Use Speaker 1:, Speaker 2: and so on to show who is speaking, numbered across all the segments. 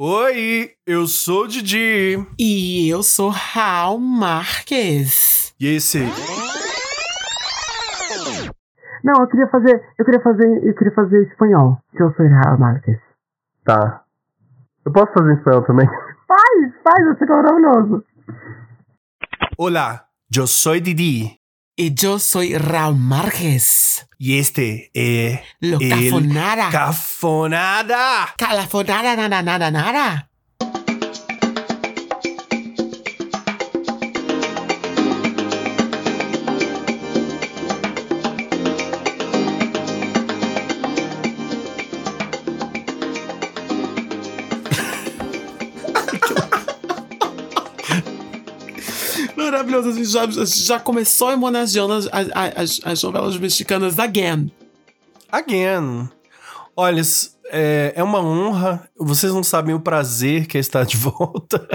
Speaker 1: Oi, eu sou o Didi.
Speaker 2: E eu sou Raul Marques.
Speaker 1: E esse.
Speaker 3: Não, eu queria fazer. Eu queria fazer. Eu queria fazer espanhol. Que eu sou Raul Marques.
Speaker 4: Tá. Eu posso fazer em espanhol também?
Speaker 3: Faz, faz, você é maravilhoso.
Speaker 1: Olá, eu sou Didi.
Speaker 2: E eu sou Raul Marques.
Speaker 1: E este é.
Speaker 2: Lo
Speaker 1: el
Speaker 2: cafonara.
Speaker 1: Cafonada!
Speaker 2: Calafonara, nada, nada, nada. Maravilhoso, a gente já, já- já começou homenageando as, as- as, as novelas mexicanas again.
Speaker 1: Again. Olha, s- é, é uma honra. Vocês não sabem o prazer que é estar de volta.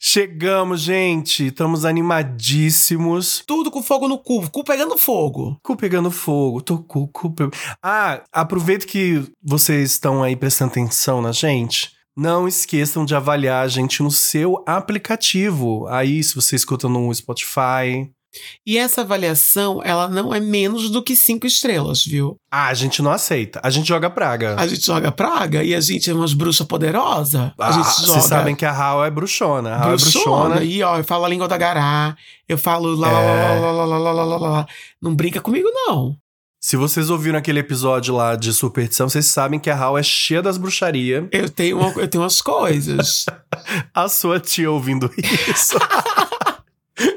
Speaker 1: Chegamos, gente. Estamos animadíssimos.
Speaker 2: Tudo com fogo no cu, cu pegando fogo.
Speaker 1: Cu pegando fogo, tô cu, cu pe- Ah, aproveito que vocês estão aí prestando atenção na gente. Não esqueçam de avaliar a gente no seu aplicativo. Aí, se você escuta no Spotify.
Speaker 2: E essa avaliação, ela não é menos do que cinco estrelas, viu?
Speaker 1: Ah, a gente não aceita. A gente joga praga.
Speaker 2: A gente joga praga e a gente é umas bruxas poderosas. A
Speaker 1: Ah,
Speaker 2: gente joga.
Speaker 1: Vocês sabem que a Raul é bruxona. A Raul
Speaker 2: bruxona. né?
Speaker 1: é bruxona.
Speaker 2: E ó, eu falo a língua da gará. Eu falo lá, lá,
Speaker 1: É.
Speaker 2: lá, lá, lá, lá, lá, lá, lá, lá. Não brinca comigo, não.
Speaker 1: Se vocês ouviram aquele episódio lá de superstição, vocês sabem que a Raul é cheia das bruxarias.
Speaker 2: Eu tenho, uma- eu tenho umas coisas.
Speaker 1: A sua tia ouvindo isso.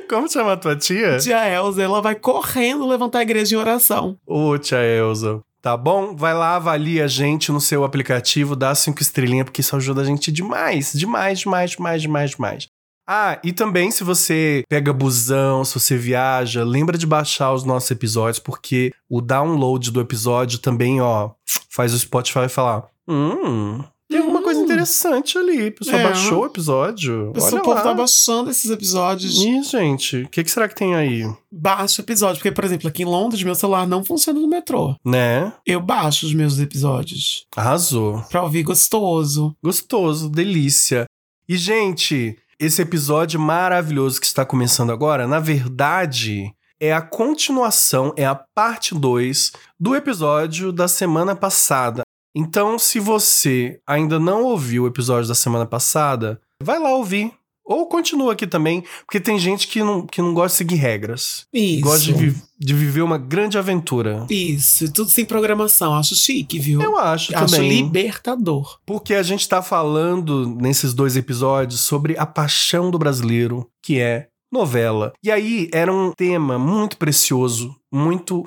Speaker 1: Como chama a tua tia?
Speaker 2: Tia Elza, ela vai correndo levantar a igreja em oração.
Speaker 1: Ô, tia Elza. Tá bom? Vai lá, avalia a gente no seu aplicativo, dá cinco estrelinhas, porque isso ajuda a gente demais. Demais, demais, demais, demais, demais. Ah, e também se você pega busão, se você viaja, lembra de baixar os nossos episódios, porque o download do episódio também, ó, faz o Spotify falar: hum, tem alguma coisa
Speaker 2: Hum.
Speaker 1: interessante ali. A pessoa
Speaker 2: É.
Speaker 1: baixou o episódio.
Speaker 2: Pessoal,
Speaker 1: Olha
Speaker 2: o povo
Speaker 1: lá.
Speaker 2: tá baixando esses episódios.
Speaker 1: Ih, gente, o que, que será que tem aí?
Speaker 2: Baixa o episódio. Porque, por exemplo, aqui em Londres, meu celular não funciona no metrô.
Speaker 1: Né?
Speaker 2: Eu baixo os meus episódios.
Speaker 1: Arrasou.
Speaker 2: Pra ouvir gostoso.
Speaker 1: Gostoso, delícia. E, gente, esse episódio maravilhoso que está começando agora, na verdade, é a continuação, é a parte 2 do episódio da semana passada. Então, se você ainda não ouviu o episódio da semana passada, vai lá ouvir. Ou continua aqui também, porque tem gente que não, que não gosta de seguir regras.
Speaker 2: Isso.
Speaker 1: Gosta de, vi- de viver uma grande aventura.
Speaker 2: Isso. e Tudo sem programação. Acho chique, viu?
Speaker 1: Eu acho,
Speaker 2: Acho
Speaker 1: também.
Speaker 2: libertador.
Speaker 1: Porque a gente tá falando nesses dois episódios sobre a paixão do brasileiro, que é novela. E aí era um tema muito precioso, muito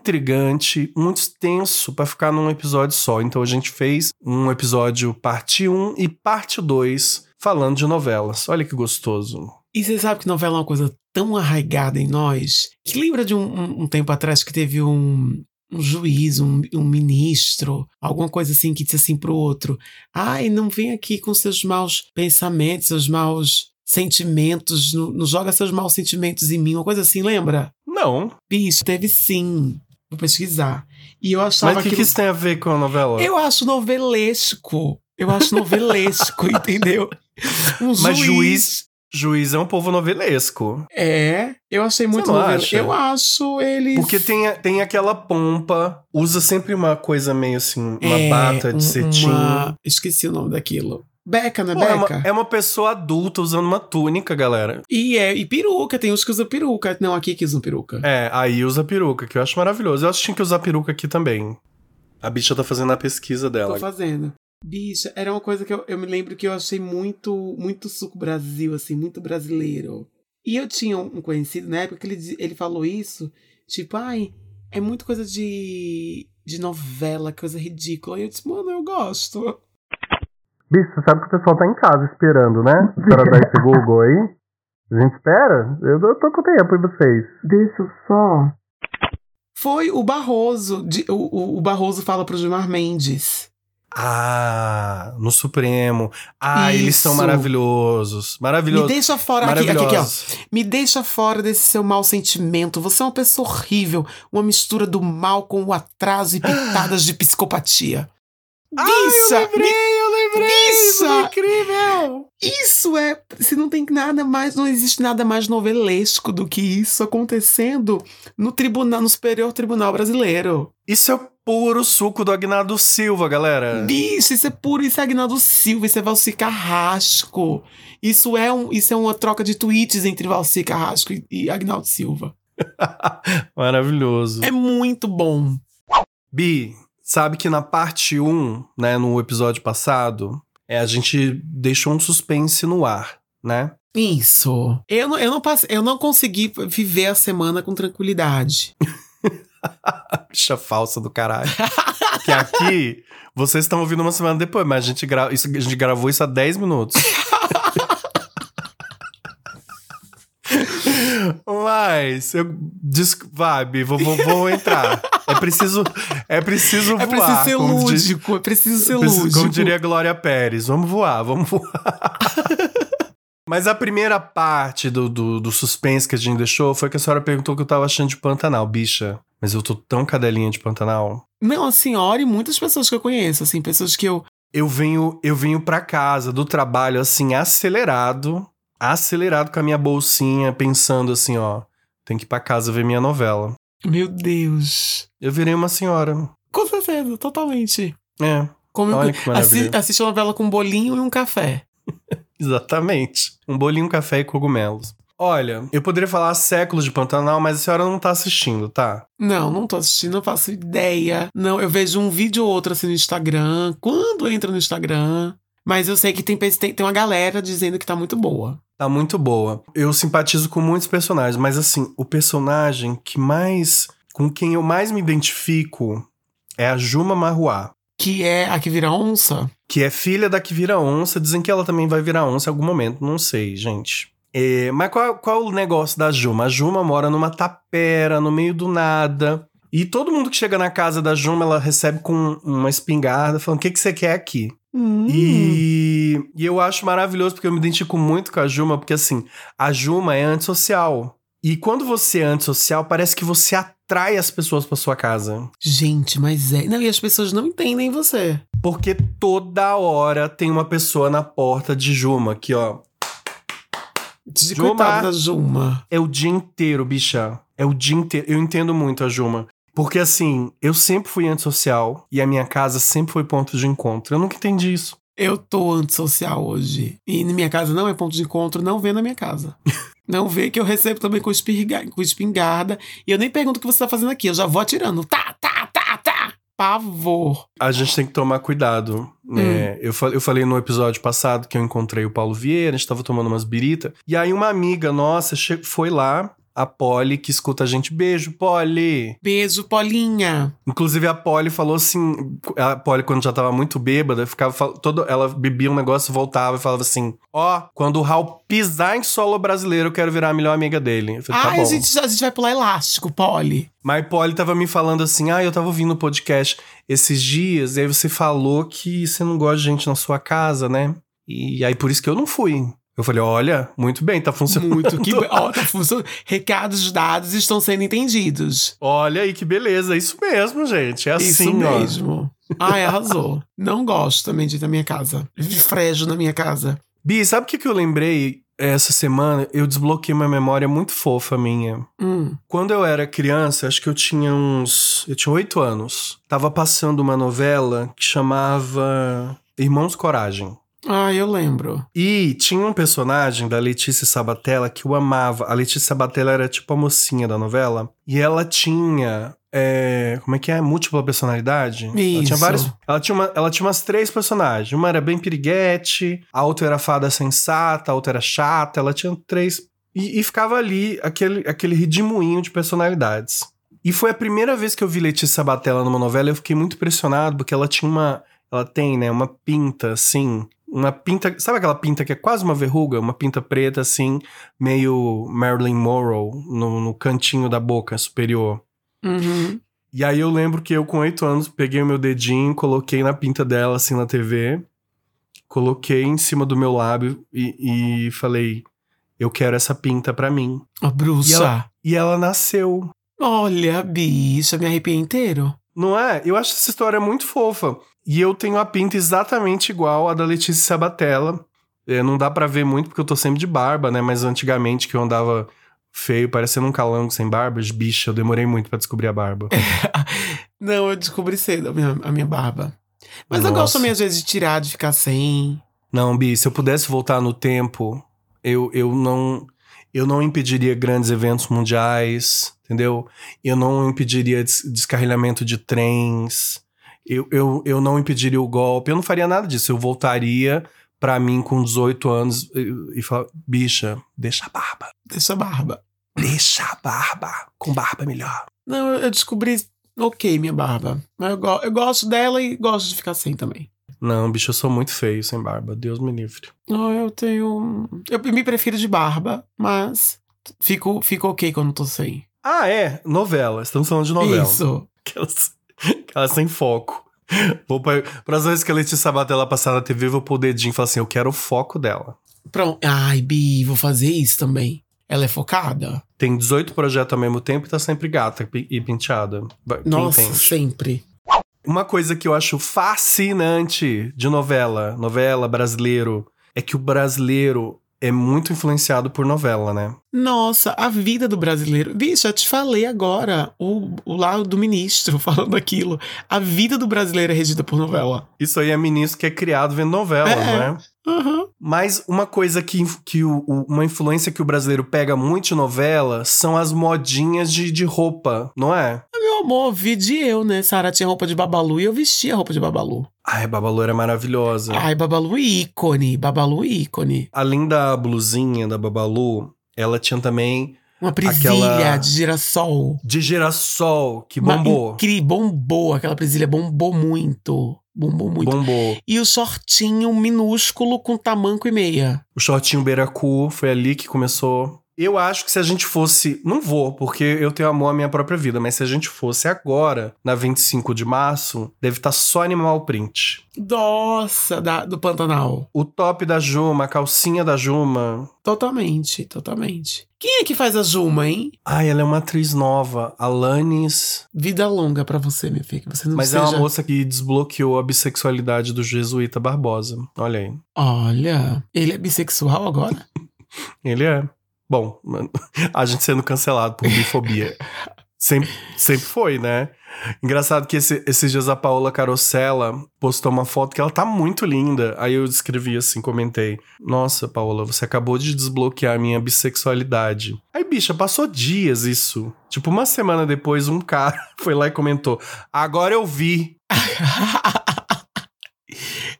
Speaker 1: intrigante, muito extenso pra ficar num episódio só. Então a gente fez um episódio parte 1 e parte 2 falando de novelas. Olha que gostoso.
Speaker 2: E você sabe que novela é uma coisa tão arraigada em nós que lembra de um, um- um tempo atrás que teve um, um juiz, um, um ministro, alguma coisa assim que disse assim pro outro: ai, não vem aqui com seus maus pensamentos, seus maus sentimentos, não, não joga seus maus sentimentos em mim, uma coisa assim, lembra?
Speaker 1: Não.
Speaker 2: Bicho, teve sim. Vou pesquisar. E eu achava
Speaker 1: Mas o que, que
Speaker 2: aquilo-
Speaker 1: isso tem a ver com a novela?
Speaker 2: Eu acho novelesco. Eu acho novelesco, entendeu? Um
Speaker 1: Mas juiz- Juiz é um povo novelesco.
Speaker 2: É, eu achei muito
Speaker 1: não
Speaker 2: novela.
Speaker 1: acha?
Speaker 2: Eu acho eles.
Speaker 1: Porque tem, a- tem aquela pompa, usa sempre uma coisa meio assim, uma
Speaker 2: É,
Speaker 1: bata
Speaker 2: um-
Speaker 1: de cetim.
Speaker 2: uma- Esqueci o nome daquilo. Beca, né?
Speaker 1: Pô, é, uma,
Speaker 2: Beca.
Speaker 1: é uma pessoa adulta usando uma túnica, galera.
Speaker 2: E, é, e peruca, tem uns que usam peruca. Não, aqui que usam peruca.
Speaker 1: É, aí usa peruca, que eu acho maravilhoso. Eu acho que tinha que usar peruca aqui também. A bicha tá fazendo a pesquisa dela.
Speaker 2: Tô fazendo. Bicha, era uma coisa que eu, eu me lembro que eu achei muito, muito suco Brasil, assim, muito brasileiro. E eu tinha um conhecido na época que ele, di- ele falou isso, tipo, ai, é muito coisa de, de novela, coisa ridícula. E eu disse, mano, eu gosto.
Speaker 4: Bicho, você sabe que o pessoal tá em casa esperando, né? Pra dar esse Google aí. A gente espera. Eu, eu tô com tempo em vocês.
Speaker 3: Deixa eu só.
Speaker 2: Foi o Barroso. de- o- o, o Barroso fala pro Gilmar Mendes.
Speaker 1: Ah, no Supremo. Ah, eles
Speaker 2: Isso.
Speaker 1: são maravilhosos.
Speaker 2: Me
Speaker 1: Maravilhoso.
Speaker 2: deixa fora aqui, aqui, aqui, ó.
Speaker 1: Maravilhosos.
Speaker 2: Me deixa fora desse seu mau sentimento. Você é uma pessoa horrível. Uma mistura do mal com o atraso e pitadas de psicopatia. é-
Speaker 1: Ah, eu
Speaker 2: Bicha!
Speaker 1: lembrei, eu lembrei.
Speaker 2: é- isso é. Se não tem nada mais, não existe nada mais novelesco do que isso acontecendo no tribunal, no Superior Tribunal Brasileiro.
Speaker 1: Isso é puro suco do Agnaldo Silva, galera.
Speaker 2: Bicho, isso é puro, isso é Agnaldo Silva, isso é Valci Carrasco. Isso é, um, isso é uma troca de tweets entre Valci Carrasco e, e Agnaldo Silva.
Speaker 1: Maravilhoso.
Speaker 2: É muito bom.
Speaker 1: Bi, sabe que na parte 1, né, no episódio passado, é, a gente deixou um suspense no ar, né?
Speaker 2: Isso. Eu não, eu não, passe, eu não consegui viver a semana com tranquilidade.
Speaker 1: Bicha falsa do caralho. que aqui, vocês estão ouvindo uma semana depois, mas a gente, gra isso, a gente gravou isso há 10 minutos. mas, eu. Vabe, vou, vou, vou entrar. É preciso, é preciso voar.
Speaker 2: É preciso ser
Speaker 1: como diz-
Speaker 2: lúdico, é preciso ser
Speaker 1: Preciso- um
Speaker 2: lúdico.
Speaker 1: Como diria a Glória Pérez, vamos voar, vamos voar. Mas a primeira parte do, do, do suspense que a gente deixou foi que a senhora perguntou o que eu tava achando de Pantanal, bicha. Mas eu tô tão cadelinha de Pantanal.
Speaker 2: Não, a senhora e muitas pessoas que eu conheço, assim, pessoas que eu.
Speaker 1: Eu venho, eu venho pra casa do trabalho, assim, acelerado. Acelerado com a minha bolsinha, pensando assim, ó. Tem que ir pra casa ver minha novela.
Speaker 2: Meu Deus.
Speaker 1: Eu virei uma senhora.
Speaker 2: Com certeza, totalmente.
Speaker 1: É,
Speaker 2: Como
Speaker 1: Olha que maravilha.
Speaker 2: assi assiste a novela com um bolinho e um café.
Speaker 1: Exatamente. Um bolinho, café e cogumelos. Olha, eu poderia falar séculos de Pantanal, mas a senhora não tá assistindo, tá?
Speaker 2: Não, não tô assistindo, não faço ideia. Não, eu vejo um vídeo ou outro assim no Instagram, quando entra no Instagram. Mas eu sei que tem, pe- tem, tem uma galera dizendo que tá muito boa.
Speaker 1: Tá muito boa. Eu simpatizo com muitos personagens, mas assim, o personagem que mais. com quem eu mais me identifico é a Juma Marruá,
Speaker 2: Que é a que vira onça.
Speaker 1: que é filha da que vira onça. Dizem que ela também vai virar onça em algum momento, não sei, gente. É, mas qual, qual o negócio da Juma? A Juma mora numa tapera, no meio do nada. E todo mundo que chega na casa da Juma, ela recebe com uma espingarda, falando: o que, que você quer aqui?
Speaker 2: Hum.
Speaker 1: E, e eu acho maravilhoso, porque eu me identifico muito com a Juma, porque assim, a Juma é antissocial. E quando você é antissocial, parece que você atrai as pessoas pra sua casa.
Speaker 2: Gente, mas é. Não, e as pessoas não entendem você.
Speaker 1: Porque toda hora tem uma pessoa na porta de Juma, que ó,
Speaker 2: De
Speaker 1: Juma.
Speaker 2: coitada da Juma.
Speaker 1: é o dia inteiro, bicha. É o dia inteiro. Eu entendo muito a Juma. Porque assim, eu sempre fui antissocial e a minha casa sempre foi ponto de encontro. Eu nunca entendi isso.
Speaker 2: Eu tô antissocial hoje. E na minha casa não é ponto de encontro, não vê na minha casa. Não vê que eu recebo também com, espirga, com espingarda. E eu nem pergunto o que você tá fazendo aqui. Eu já vou atirando. Tá, tá, tá, tá. Pavor.
Speaker 1: A gente tem que tomar cuidado. né? Eu, fa- eu falei no episódio passado que eu encontrei o Paulo Vieira, a gente tava tomando umas birita. E aí uma amiga nossa che- foi lá, a Polly, que escuta a gente. Beijo, Polly!
Speaker 2: Beijo, Polinha.
Speaker 1: Inclusive a Polly falou assim... A Polly, quando já tava muito bêbada, ficava fal- todo, ela bebia um negócio, voltava e falava assim... Ó, quando o Raul pisar em solo brasileiro, eu quero virar a melhor amiga dele. Eu falei, tá
Speaker 2: Ai,
Speaker 1: bom.
Speaker 2: a, gente, a gente vai pular elástico, Poli.
Speaker 1: Mas Polly tava me falando assim: ah, eu tava ouvindo o podcast esses dias, e aí você falou que você não gosta de gente na sua casa, né? E aí por isso que eu não fui. Eu falei: olha, muito bem, tá funcionando.
Speaker 2: Muito que. Ó, tá funcionando. Recados dados estão sendo entendidos.
Speaker 1: Olha aí que beleza, é isso mesmo, gente. É assim,
Speaker 2: Isso
Speaker 1: ó.
Speaker 2: mesmo. Ai, arrasou. Não gosto também de ir na minha casa. Frejo na minha casa.
Speaker 1: Bi, sabe o que, que eu lembrei eh, essa semana? Eu desbloqueei uma memória muito fofa minha.
Speaker 2: Hum.
Speaker 1: Quando eu era criança, acho que eu tinha uns. Eu tinha oito anos. Tava passando uma novela que chamava Irmãos Coragem.
Speaker 2: Ah, eu lembro.
Speaker 1: E tinha um personagem da Letícia Sabatella que eu amava. A Letícia Sabatella era tipo a mocinha da novela. E ela tinha. é, como é que é? Múltipla personalidade? Ela
Speaker 2: Isso.
Speaker 1: tinha várias. Ela tinha, uma- ela tinha umas três personagens. Uma era bem piriguete, a outra era fada sensata, a outra era chata. Ela tinha três. E, e ficava ali aquele, aquele redemoinho de personalidades. E foi a primeira vez que eu vi Letícia Sabatella numa novela, eu fiquei muito impressionado, porque ela tinha uma. Ela tem, né, uma pinta, assim. Uma pinta. Sabe aquela pinta que é quase uma verruga? Uma pinta preta, assim, meio Marilyn Monroe, no, no cantinho da boca superior.
Speaker 2: Uhum.
Speaker 1: E aí eu lembro que eu, com oito anos, peguei o meu dedinho, coloquei na pinta dela, assim, na TV, coloquei em cima do meu lábio e, e falei: Eu quero essa pinta pra mim.
Speaker 2: A bruxa.
Speaker 1: E E ela nasceu.
Speaker 2: Olha, bicha, me arrepiei inteiro.
Speaker 1: Não é? Eu acho essa história muito fofa. E eu tenho a pinta exatamente igual à da Letícia Sabatella. É, não dá pra ver muito porque eu tô sempre de barba, né? Mas antigamente que eu andava feio, parecendo um calango sem barba, bicha, eu demorei muito pra descobrir a barba.
Speaker 2: Não, eu descobri cedo a minha, a minha barba. Mas eu
Speaker 1: Nossa.
Speaker 2: gosto também, às vezes, de tirar, de ficar sem.
Speaker 1: Não, Bi, se eu pudesse voltar no tempo, eu, eu não eu não impediria grandes eventos mundiais, entendeu? Eu não impediria des- descarrilhamento de trens, eu, eu, eu não impediria o golpe, eu não faria nada disso. Eu voltaria pra mim com 18 anos e, e falar, bicha, deixa a barba,
Speaker 2: Deixa a barba.
Speaker 1: deixa a barba, com barba é melhor.
Speaker 2: Não, eu- eu descobri, ok, minha barba. Mas eu, go- eu gosto dela e gosto de ficar sem também.
Speaker 1: Não, bicho, eu sou muito feio sem barba, Deus me livre.
Speaker 2: Não, eu tenho. um, Eu me prefiro de barba, mas fico, fico ok quando tô sem.
Speaker 1: Ah, é, novela, estamos falando de novela.
Speaker 2: Isso.
Speaker 1: Aquelas, aquelas sem foco. Vou pra, pras vezes que a Letícia Sabatella passar na TV, eu vou pôr o dedinho e falar assim: eu quero o foco dela.
Speaker 2: Pronto. um, Ai, Bi, vou fazer isso também. Ela é focada?
Speaker 1: Tem 18 projetos ao mesmo tempo e tá sempre gata e e penteada. Vai- Quem
Speaker 2: Nossa,
Speaker 1: entende?
Speaker 2: sempre.
Speaker 1: Uma coisa que eu acho fascinante de novela, novela brasileiro, é que o brasileiro é muito influenciado por novela, né?
Speaker 2: Nossa, a vida do brasileiro. Bicho, eu te falei agora, o, o lado do ministro falando aquilo. A vida do brasileiro é regida por novela.
Speaker 1: Isso aí é ministro que é criado vendo novela,
Speaker 2: É.
Speaker 1: não é?
Speaker 2: Aham.
Speaker 1: Mas uma coisa que, que o- o- uma influência que o brasileiro pega muito de novela são as modinhas de, de roupa, não é?
Speaker 2: Meu amor, vi de eu, né? Sara tinha roupa de babalu e eu vestia a roupa de babalu.
Speaker 1: Ai, Babalu era maravilhosa.
Speaker 2: Ai, babalu ícone, babalu ícone.
Speaker 1: Além da blusinha da Babalu, ela tinha também
Speaker 2: Uma presilha
Speaker 1: Aquela-
Speaker 2: de girassol.
Speaker 1: de girassol, que
Speaker 2: Uma
Speaker 1: bombou.
Speaker 2: incri- bombou, aquela presilha bombou muito. Bombou muito.
Speaker 1: Bombou.
Speaker 2: E o shortinho minúsculo com tamanco e meia.
Speaker 1: O shortinho beiracu, foi ali que começou. Eu acho que se a gente fosse. Não vou, porque eu tenho amor à minha própria vida, mas se a gente fosse agora, na 25 de março, deve estar só animal print.
Speaker 2: Nossa, da- do Pantanal.
Speaker 1: O top da Juma, a calcinha da Juma.
Speaker 2: Totalmente, totalmente. Quem é que faz a Juma, hein?
Speaker 1: Ai, ela é uma atriz nova, Alanis.
Speaker 2: Vida longa pra você, minha filha. Que você não
Speaker 1: Mas é
Speaker 2: seja...
Speaker 1: uma moça que desbloqueou a bissexualidade do jesuíta Barbosa. Olha aí.
Speaker 2: Olha, ele é bissexual agora?
Speaker 1: Ele é. Bom, mano, a gente sendo cancelado por bifobia. sempre, sempre foi, né? Engraçado que esse- esses dias a Paola Carosella postou uma foto que ela tá muito linda. Aí eu escrevi assim, comentei: Nossa, Paola, você acabou de desbloquear a minha bissexualidade. Aí, bicha, passou dias isso. Tipo, uma semana depois, um cara foi lá e comentou: Agora eu vi.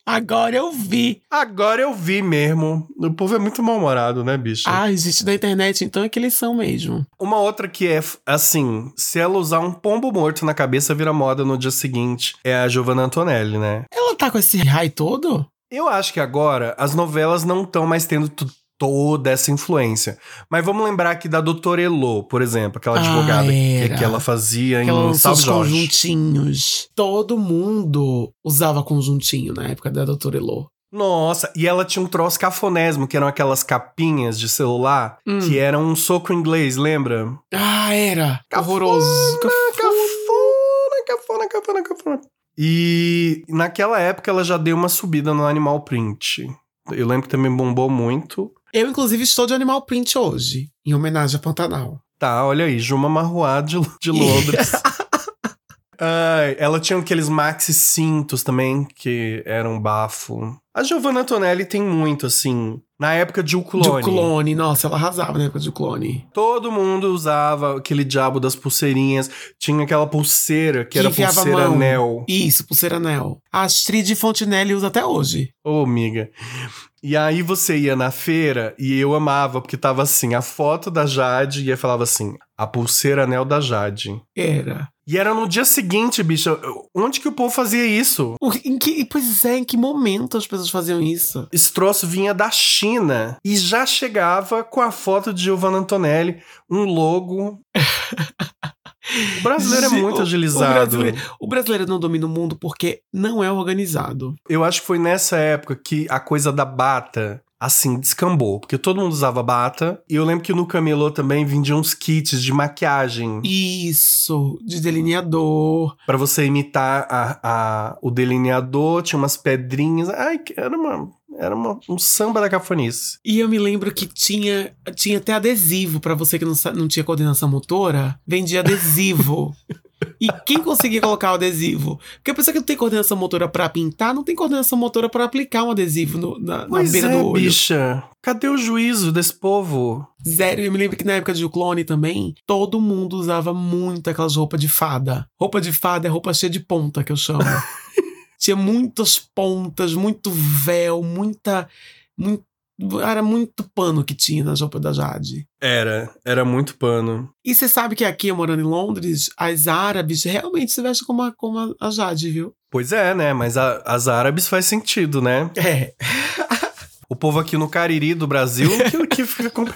Speaker 2: agora eu vi.
Speaker 1: Agora eu vi mesmo. O povo é muito mal-humorado, né, bicha?
Speaker 2: Ah, existe da internet, então é que eles são mesmo.
Speaker 1: Uma outra que é, f- assim, se ela usar um pombo morto na cabeça, vira moda no dia seguinte. É a Giovanna Antonelli, né?
Speaker 2: Ela tá com esse raio todo?
Speaker 1: Eu acho que agora as novelas não estão mais tendo tu- toda essa influência. Mas vamos lembrar aqui da Doutora Elô, por exemplo, aquela
Speaker 2: Ah,
Speaker 1: advogada que,
Speaker 2: era.
Speaker 1: que ela fazia
Speaker 2: Ela
Speaker 1: em
Speaker 2: lançou
Speaker 1: Salve
Speaker 2: os
Speaker 1: Jorge.
Speaker 2: conjuntinhos. Todo mundo usava conjuntinho na época da Doutora Elô.
Speaker 1: Nossa, e ela tinha um troço cafonésimo, que eram aquelas capinhas de celular,
Speaker 2: Hum.
Speaker 1: que eram um soco inglês, lembra?
Speaker 2: Ah, era.
Speaker 1: Cafona,
Speaker 2: Horroroso. Cafona.
Speaker 1: Cafona, cafona, cafona, cafona. E naquela época ela já deu uma subida no Animal Print. Eu lembro que também bombou muito.
Speaker 2: Eu, inclusive, estou de Animal Print hoje, em homenagem a Pantanal.
Speaker 1: Tá, olha aí, Juma Marruá de, de Londres. Ai, ela tinha aqueles maxi cintos também, que eram bafo. A Giovanna Antonelli tem muito, assim. Na época de
Speaker 2: De clone. Nossa, ela arrasava na época de clone.
Speaker 1: Todo mundo usava aquele diabo das pulseirinhas. Tinha aquela pulseira que,
Speaker 2: Que
Speaker 1: era
Speaker 2: enfiava a
Speaker 1: pulseira
Speaker 2: mão.
Speaker 1: anel.
Speaker 2: Isso, pulseira anel. A Astrid Fontinelli usa até hoje.
Speaker 1: Ô, amiga. E aí você ia na feira e eu amava, porque tava assim, a foto da Jade e aí falava assim, a pulseira anel da Jade.
Speaker 2: Era.
Speaker 1: E era no dia seguinte, bicha. Onde que o povo fazia isso?
Speaker 2: O- Em que, pois é, em que momento as pessoas faziam isso?
Speaker 1: Esse troço vinha da China e já chegava com a foto de Giovanna Antonelli, um logo. O brasileiro é
Speaker 2: Gente,
Speaker 1: muito
Speaker 2: o- o
Speaker 1: agilizado.
Speaker 2: brasileiro- O brasileiro não domina o mundo porque não é organizado.
Speaker 1: Eu acho que foi nessa época que a coisa da bata, assim, descambou. Porque todo mundo usava bata. E eu lembro que no Camelô também vendiam uns kits de maquiagem
Speaker 2: Isso, de delineador.
Speaker 1: Pra você imitar a, a- o delineador. Tinha umas pedrinhas. Ai, que- era uma, Era uma- um samba da cafonice.
Speaker 2: E eu me lembro que tinha, tinha até adesivo pra você que não, sa- não tinha coordenação motora, vendia adesivo. e quem conseguia colocar o adesivo? Porque a pessoa que não tem coordenação motora pra pintar, não tem coordenação motora pra aplicar um adesivo no- na, na
Speaker 1: Pois
Speaker 2: beira
Speaker 1: é,
Speaker 2: do olho.
Speaker 1: bicha. Cadê o juízo desse povo?
Speaker 2: Sério, eu me lembro que na época de O Clone também, todo mundo usava muito aquelas roupas de fada. Roupa de fada é roupa cheia de ponta, que eu chamo. Tinha muitas pontas, muito véu, muita. muito- era muito pano que tinha nas roupas da Jade.
Speaker 1: Era, era muito pano.
Speaker 2: E você sabe que aqui, morando em Londres, as árabes realmente se vestem como a, como a- a Jade, viu?
Speaker 1: Pois é, né? Mas a- as árabes faz sentido, né?
Speaker 2: É.
Speaker 1: O povo aqui no Cariri do Brasil, que, que fica, compli-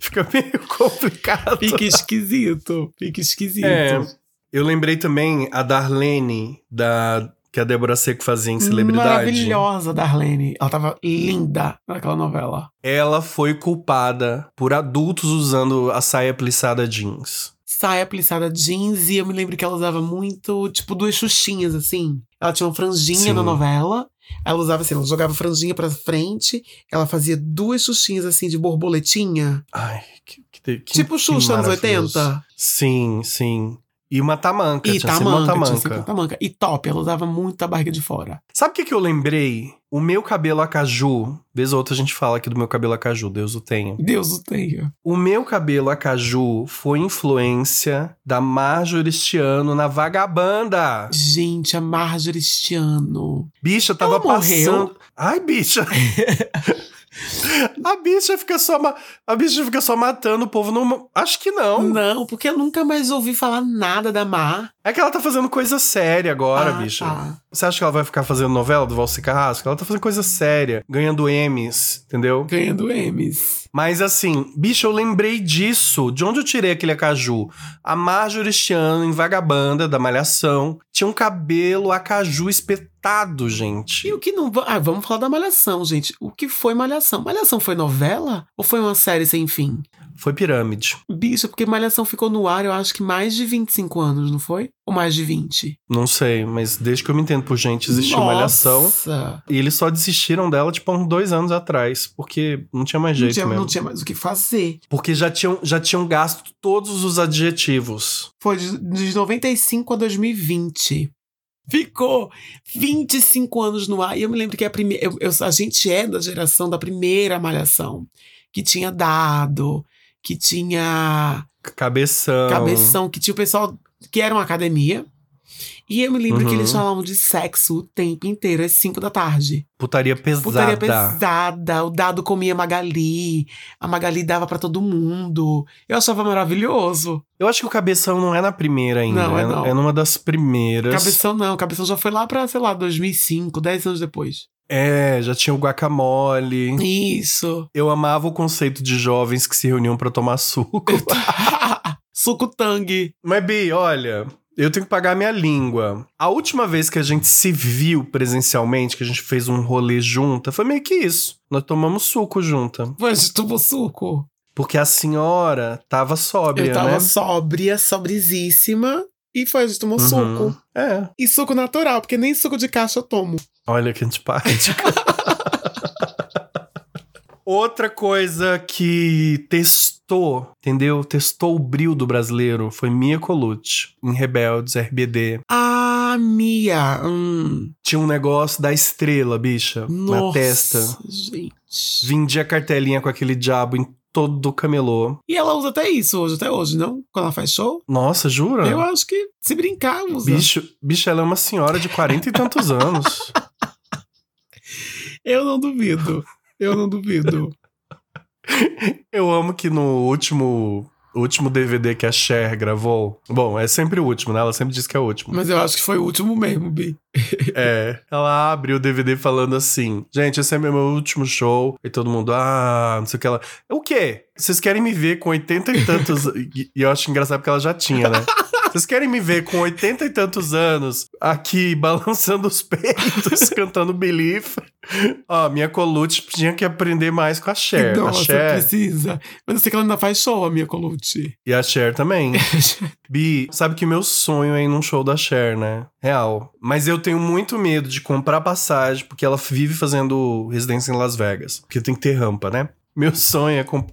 Speaker 1: fica meio complicado.
Speaker 2: Fica esquisito. Fica esquisito.
Speaker 1: É. Eu lembrei também a Darlene, da, que a Débora Seco fazia em Celebridade.
Speaker 2: Hum, Maravilhosa, Darlene. Ela tava linda naquela novela.
Speaker 1: Ela foi culpada por adultos usando a saia plissada jeans.
Speaker 2: saia plissada jeans e eu me lembro que ela usava muito, tipo, duas xuxinhas, assim. Ela tinha uma franjinha
Speaker 1: Sim.
Speaker 2: na novela. Ela usava assim, ela jogava a franjinha pra frente, ela fazia duas xuxinhas assim de borboletinha.
Speaker 1: Ai, que, que, te- que
Speaker 2: tipo
Speaker 1: que
Speaker 2: Xuxa anos
Speaker 1: maravilhoso.
Speaker 2: 80.
Speaker 1: Sim, sim. E uma tamanca,
Speaker 2: E
Speaker 1: tinha sido uma
Speaker 2: tamanca, tinha sido
Speaker 1: tamanca.
Speaker 2: tamanca. E top, ela usava muito a barriga de fora.
Speaker 1: Sabe o que, que eu lembrei? O meu cabelo acaju. Vez ou outra a gente fala aqui do meu cabelo acaju, Deus o tenha.
Speaker 2: Deus o tenha.
Speaker 1: O meu cabelo acaju foi influência da Marjorie Stiano na Vagabanda.
Speaker 2: Gente, a Marjorie Stiano.
Speaker 1: Bicha, eu tava
Speaker 2: Ela morreu?
Speaker 1: passando. Ai, bicha. a bicha fica só ma- a bicha fica só matando o povo no acho que não.
Speaker 2: Não, porque eu nunca mais ouvi falar nada da Mar.
Speaker 1: É que ela tá fazendo coisa séria agora,
Speaker 2: Ah,
Speaker 1: bicha.
Speaker 2: tá.
Speaker 1: Você acha que ela vai ficar fazendo novela do Valci Carrasco? Ela tá fazendo coisa séria, ganhando M's, entendeu?
Speaker 2: Ganhando M's.
Speaker 1: Mas assim, bicho, eu lembrei disso. De onde eu tirei aquele acaju? A Marjorie Stiano, em Vagabanda, da Malhação, tinha um cabelo acaju espetado, gente.
Speaker 2: E o que não. va- Ah, vamos falar da Malhação, gente. O que foi Malhação? Malhação foi novela ou foi uma série sem fim?
Speaker 1: Foi pirâmide.
Speaker 2: Bicho, porque Malhação ficou no ar, eu acho que mais de 25 anos, não foi? Ou mais de 20?
Speaker 1: Não sei, mas desde que eu me entendo por gente, existiu Malhação.
Speaker 2: Nossa!
Speaker 1: E eles só desistiram dela, tipo, há uns dois anos atrás, porque não tinha mais
Speaker 2: Não
Speaker 1: jeito
Speaker 2: tinha,
Speaker 1: mesmo.
Speaker 2: não tinha mais o que fazer.
Speaker 1: Porque já tinham, já tinham gasto todos os adjetivos.
Speaker 2: Foi de, de 95 a 2020. Ficou 25 anos no ar. E eu me lembro que a, primeira, eu- eu- a gente é da geração da primeira Malhação, que tinha dado, que tinha
Speaker 1: Cabeção.
Speaker 2: cabeção que tinha o pessoal que era uma academia. E eu me lembro
Speaker 1: Uhum.
Speaker 2: que eles falavam de sexo o tempo inteiro, às 5 da tarde.
Speaker 1: Putaria pesada.
Speaker 2: Putaria pesada, o dado comia Magali, a Magali dava pra todo mundo. Eu achava maravilhoso.
Speaker 1: Eu acho que o cabeção não é na primeira ainda.
Speaker 2: Não, é
Speaker 1: é,
Speaker 2: não.
Speaker 1: é numa das primeiras.
Speaker 2: Cabeção não, Cabeção já foi lá pra, sei lá, 2005, 10 anos depois.
Speaker 1: É, já tinha o guacamole.
Speaker 2: Isso.
Speaker 1: Eu amava o conceito de jovens que se reuniam pra tomar suco.
Speaker 2: Suco Tang.
Speaker 1: Mas, Bi, olha, eu tenho que pagar a minha língua. A última vez que a gente se viu presencialmente, que a gente fez um rolê junta, foi meio que isso. Nós tomamos suco junta.
Speaker 2: Mas tomou suco.
Speaker 1: Porque a senhora tava sóbria,
Speaker 2: eu tava
Speaker 1: né?
Speaker 2: sóbria, sobrizíssima. E foi, a gente tomou
Speaker 1: Uhum.
Speaker 2: suco.
Speaker 1: É.
Speaker 2: E suco natural, porque nem suco de caixa eu tomo.
Speaker 1: Olha que antipática. Outra coisa que testou, entendeu? Testou o brilho do brasileiro foi Mia Colucci em Rebeldes, RBD.
Speaker 2: Ah, Mia. Hum.
Speaker 1: Tinha um negócio da estrela, bicha,
Speaker 2: Nossa,
Speaker 1: na testa.
Speaker 2: gente.
Speaker 1: Vendia cartelinha com aquele diabo em todo o camelô.
Speaker 2: E ela usa até isso hoje, até hoje, não? Quando ela faz show?
Speaker 1: Nossa, jura?
Speaker 2: Eu acho que se brincar, usa.
Speaker 1: Bicho, bicho, ela é uma senhora de 40 e tantos anos.
Speaker 2: Eu não duvido. Eu não duvido.
Speaker 1: Eu amo que no último, último DVD que a Cher gravou. Bom, é sempre o último, né? Ela sempre diz que é o último.
Speaker 2: Mas eu acho que foi o último mesmo, Bi.
Speaker 1: É, ela abre o DVD falando assim: gente, esse é meu último show. E todo mundo, ah, não sei o que ela. O quê? Vocês querem me ver com 80 e tantos. e, e eu acho engraçado porque ela já tinha, né? Vocês querem me ver com 80 e tantos anos aqui balançando os peitos, cantando Belief? Ó, minha Colute tinha que aprender mais com a Cher. a
Speaker 2: Nossa,
Speaker 1: Cher
Speaker 2: precisa. Mas eu sei que ela ainda faz show, a minha Colucci.
Speaker 1: e a Cher também. Bi, sabe que o meu sonho é ir num show da Cher, né? Real. Mas eu tenho muito medo de comprar passagem, porque ela vive fazendo residência em Las Vegas. Porque tem que ter rampa, né? Meu sonho é. Comp...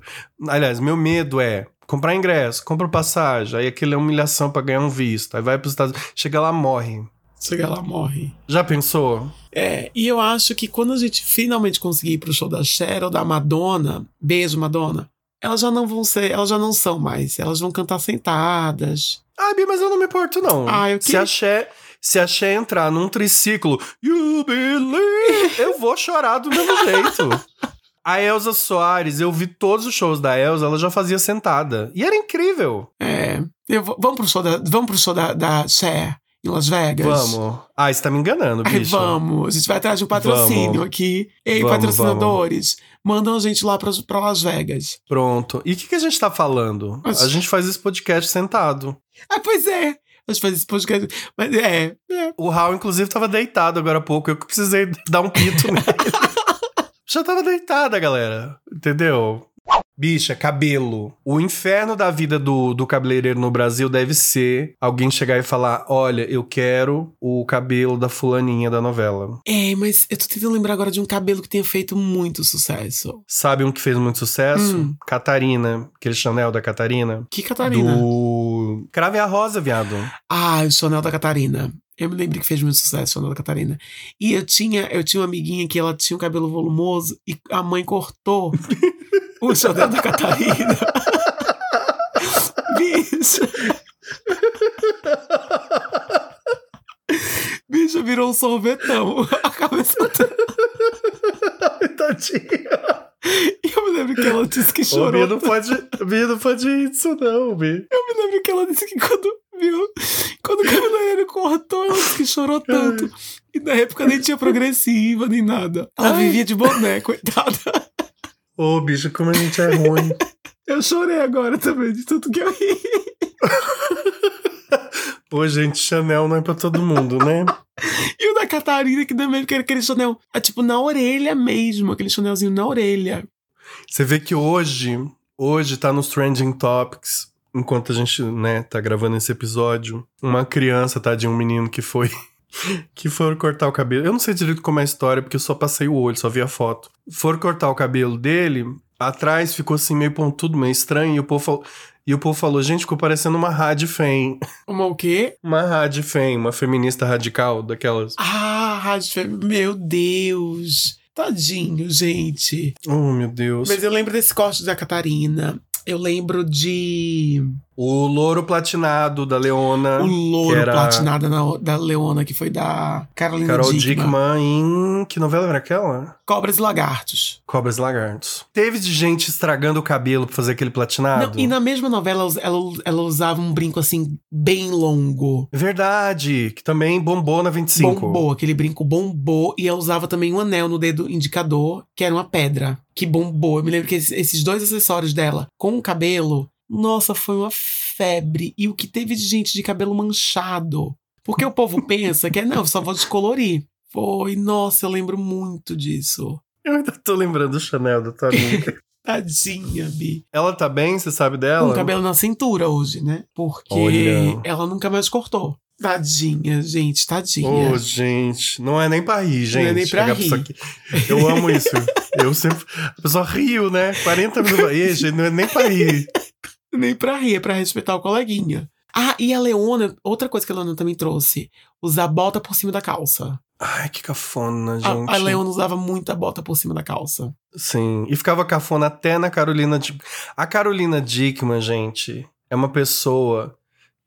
Speaker 1: Aliás, meu medo é comprar ingresso, compra passagem, aí aquele é humilhação pra ganhar um visto. Aí vai pros Estados Unidos, chega lá, morre.
Speaker 2: Chega lá, morre.
Speaker 1: Já pensou?
Speaker 2: É, e eu acho que quando a gente finalmente conseguir ir pro show da Cher ou da Madonna, beijo, Madonna, elas já não vão ser, elas já não são mais. Elas vão cantar sentadas.
Speaker 1: Ah, Bi, mas eu não me importo, não.
Speaker 2: Ah, eu
Speaker 1: Se
Speaker 2: queria-
Speaker 1: a Cher. Se a Cher entrar num triciclo, you believe, eu vou chorar do mesmo jeito. A Elza Soares, eu vi todos os shows da Elza, ela já fazia sentada. E era incrível.
Speaker 2: É. Eu vou- vamos pro show da, vamos pro show da, da Cher em Las Vegas?
Speaker 1: Vamos. Ah, você tá me enganando,
Speaker 2: Ai,
Speaker 1: bicho.
Speaker 2: vamos, a gente vai atrás de um patrocínio
Speaker 1: Vamos.
Speaker 2: aqui. Ei,
Speaker 1: Vamos,
Speaker 2: patrocinadores, mandam a gente lá pra, pra Las Vegas.
Speaker 1: Pronto. E o que, que a gente tá falando?
Speaker 2: Mas-
Speaker 1: A gente faz esse podcast sentado.
Speaker 2: Ah, pois é. A gente faz esse podcast. Mas é, é.
Speaker 1: O Raul, inclusive, tava deitado agora há pouco. Eu que precisei dar um pito nele. Já tava deitada, galera. Entendeu? Bicha, cabelo. O inferno da vida do, do cabeleireiro no Brasil deve ser alguém chegar e falar: olha, eu quero o cabelo da fulaninha da novela.
Speaker 2: É, mas eu tô tentando lembrar agora de um cabelo que tenha feito muito sucesso.
Speaker 1: Sabe um que fez muito sucesso?
Speaker 2: Hum.
Speaker 1: Catarina. Aquele Chanel da Catarina.
Speaker 2: Que Catarina?
Speaker 1: Do. Crave a Rosa, viado.
Speaker 2: Ah, o Chanel da Catarina. Eu me lembro que fez muito sucesso o Chanel da Catarina. E eu tinha, eu tinha uma amiguinha que ela tinha um cabelo volumoso e a mãe cortou o Chanel da Catarina. Bicho. Bicho, virou um sorvetão. A cabeça dela.
Speaker 1: Tadinha.
Speaker 2: E eu me lembro que ela disse que
Speaker 1: O Bia
Speaker 2: chorou.
Speaker 1: não pode. Bia não pode ir disso, não, Bia.
Speaker 2: Eu me lembro que ela disse que quando viu, quando o cabeleireiro cortou, ela disse que chorou tanto. E na época nem tinha progressiva, nem nada. Ela
Speaker 1: Ai.
Speaker 2: vivia de boné, coitada.
Speaker 1: Ô, bicho, como a gente é ruim.
Speaker 2: Eu chorei agora também, de tudo que eu ri.
Speaker 1: Pô, gente, Chanel não é pra todo mundo, né?
Speaker 2: E o da Catarina, que também que era aquele chanel, é tipo na orelha mesmo, aquele chanelzinho na orelha.
Speaker 1: Você vê que hoje, hoje tá nos trending topics, enquanto a gente, né, tá gravando esse episódio, uma criança, tadinho, um menino que foi que foram cortar o cabelo. Eu não sei direito como é a história, porque eu só passei o olho, só vi a foto. Foram cortar o cabelo dele, atrás ficou assim meio pontudo, meio estranho, e o povo falou, e o povo falou, gente, ficou parecendo uma rádio fem.
Speaker 2: Uma o quê?
Speaker 1: Uma rádio fem, uma feminista radical, daquelas.
Speaker 2: Ah, rádio Fem- Meu Deus. Tadinho, gente.
Speaker 1: Oh, meu Deus.
Speaker 2: Mas eu lembro desse corte da Catarina. Eu lembro de.
Speaker 1: O louro platinado da Leona.
Speaker 2: O louro
Speaker 1: que era-
Speaker 2: platinado na- da Leona, que foi da Carolina
Speaker 1: Carol
Speaker 2: Dickman.
Speaker 1: Dickman em. Que novela era aquela?
Speaker 2: Cobras e Lagartos.
Speaker 1: Cobras e Lagartos. Teve de gente estragando o cabelo pra fazer aquele platinado?
Speaker 2: Não, e na mesma novela, ela, ela- ela usava um brinco assim, bem longo.
Speaker 1: Verdade, que também bombou na 25.
Speaker 2: Bombou, aquele brinco bombou. E ela usava também um anel no dedo indicador, que era uma pedra, que bombou. Eu me lembro que esses, esses dois acessórios dela com o cabelo, nossa, foi uma febre. E o que teve de gente de cabelo manchado? Porque o povo pensa que é, não, eu só vou descolorir. Foi, nossa, eu lembro muito disso.
Speaker 1: Eu ainda tô lembrando do Chanel da tua amiga.
Speaker 2: Tadinha, Bi.
Speaker 1: ela tá bem, você sabe dela?
Speaker 2: Com o cabelo na cintura hoje, né? Porque
Speaker 1: Olha.
Speaker 2: ela nunca mais cortou. Tadinha, gente, tadinha.
Speaker 1: Ô, gente, não é nem pra rir, gente.
Speaker 2: Não é nem pra
Speaker 1: Chegar
Speaker 2: rir.
Speaker 1: pessoa aqui- Eu amo isso. Eu sempre. A pessoa riu, né? 40 minutos. Ei, gente, não é nem pra rir.
Speaker 2: Nem pra rir, é pra respeitar o coleguinha. Ah, e a Leona, outra coisa que a Leona também trouxe: usar bota por cima da calça.
Speaker 1: Ai, que cafona,
Speaker 2: A,
Speaker 1: gente.
Speaker 2: a Leona usava muita bota por cima da calça.
Speaker 1: Sim, e ficava cafona até na Carolina Dickman. A Carolina Dickman, gente, é uma pessoa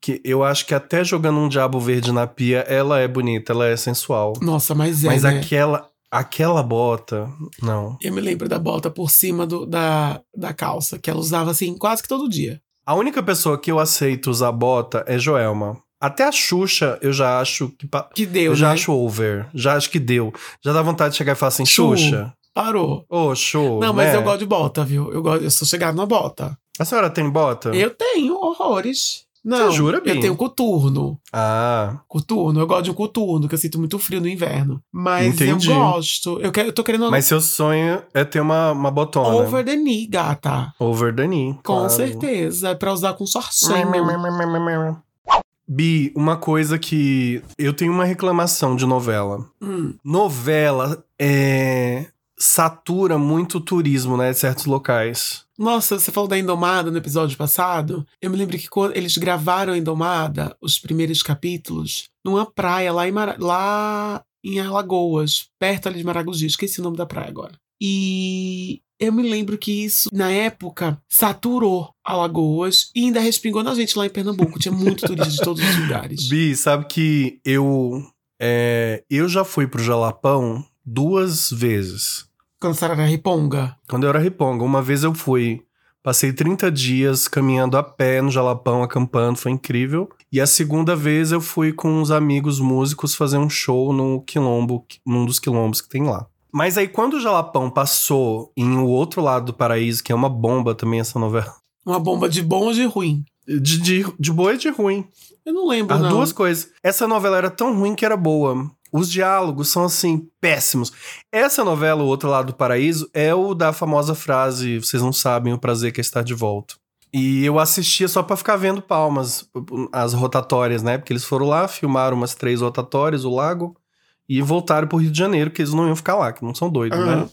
Speaker 1: que eu acho que até jogando um diabo verde na pia, ela é bonita, ela é sensual.
Speaker 2: Nossa, mas é.
Speaker 1: Mas
Speaker 2: né?
Speaker 1: aquela aquela bota, não.
Speaker 2: Eu me lembro da bota por cima do- da, da calça, que ela usava assim quase que todo dia.
Speaker 1: A única pessoa que eu aceito usar bota é Joelma. Até a Xuxa, eu já acho que pa-
Speaker 2: Que deu,
Speaker 1: eu já
Speaker 2: né?
Speaker 1: acho over, já acho que deu. Já dá vontade de chegar e falar assim,
Speaker 2: Chu.
Speaker 1: Xuxa.
Speaker 2: Parou.
Speaker 1: Ô, Xu,
Speaker 2: Não, mas
Speaker 1: né?
Speaker 2: eu gosto de bota, viu? Eu gosto, eu sou chegada na bota.
Speaker 1: A senhora tem bota?
Speaker 2: Eu tenho horrores. Não,
Speaker 1: Você jura, Bim?
Speaker 2: eu tenho coturno.
Speaker 1: Ah,
Speaker 2: Coturno, eu gosto de um coturno, que eu sinto muito frio no inverno. Mas
Speaker 1: Entendi.
Speaker 2: eu gosto. Eu, quero, eu tô querendo
Speaker 1: mas seu sonho é ter uma, uma botona. Over,
Speaker 2: over the knee, gata.
Speaker 1: the knee.
Speaker 2: Com
Speaker 1: claro. Hum.
Speaker 2: certeza. Pra usar com sorcinho.
Speaker 1: Bi, uma coisa que eu tenho uma reclamação de novela.
Speaker 2: Hum,
Speaker 1: Novela é, satura muito o turismo, né, de certos locais.
Speaker 2: Nossa, você falou da Indomada no episódio passado. Eu me lembro que quando eles gravaram a Indomada, os primeiros capítulos, numa praia lá em, Mara... lá em Alagoas, perto ali de Maragogi. Esqueci o nome da praia agora. E eu me lembro que isso, na época, saturou Alagoas e ainda respingou na gente lá em Pernambuco. Tinha muito turista de todos os lugares.
Speaker 1: Bi, sabe que eu é, eu já fui pro Jalapão duas vezes.
Speaker 2: Cansaram a Riponga.
Speaker 1: Quando eu era riponga, uma vez eu fui, passei 30 dias caminhando a pé no Jalapão, acampando, foi incrível. E a segunda vez eu fui com uns amigos músicos fazer um show no quilombo, num dos quilombos que tem lá. Mas aí quando o Jalapão passou em O Outro Lado do Paraíso, que é uma bomba também essa novela,
Speaker 2: Uma bomba de bom ou de ruim?
Speaker 1: de, de, de boa e de ruim,
Speaker 2: Eu não lembro,
Speaker 1: as
Speaker 2: não.
Speaker 1: duas coisas. Essa novela era tão ruim que era boa. Os diálogos são assim, péssimos. Essa novela, O Outro Lado do Paraíso, é o da famosa frase: vocês não sabem o prazer que é estar de volta. E eu assistia só pra ficar vendo palmas, as rotatórias, né? Porque eles foram lá, filmaram umas três rotatórias, o lago, e voltaram pro Rio de Janeiro, que eles não iam ficar lá, que não são doidos,
Speaker 2: Aham.
Speaker 1: né?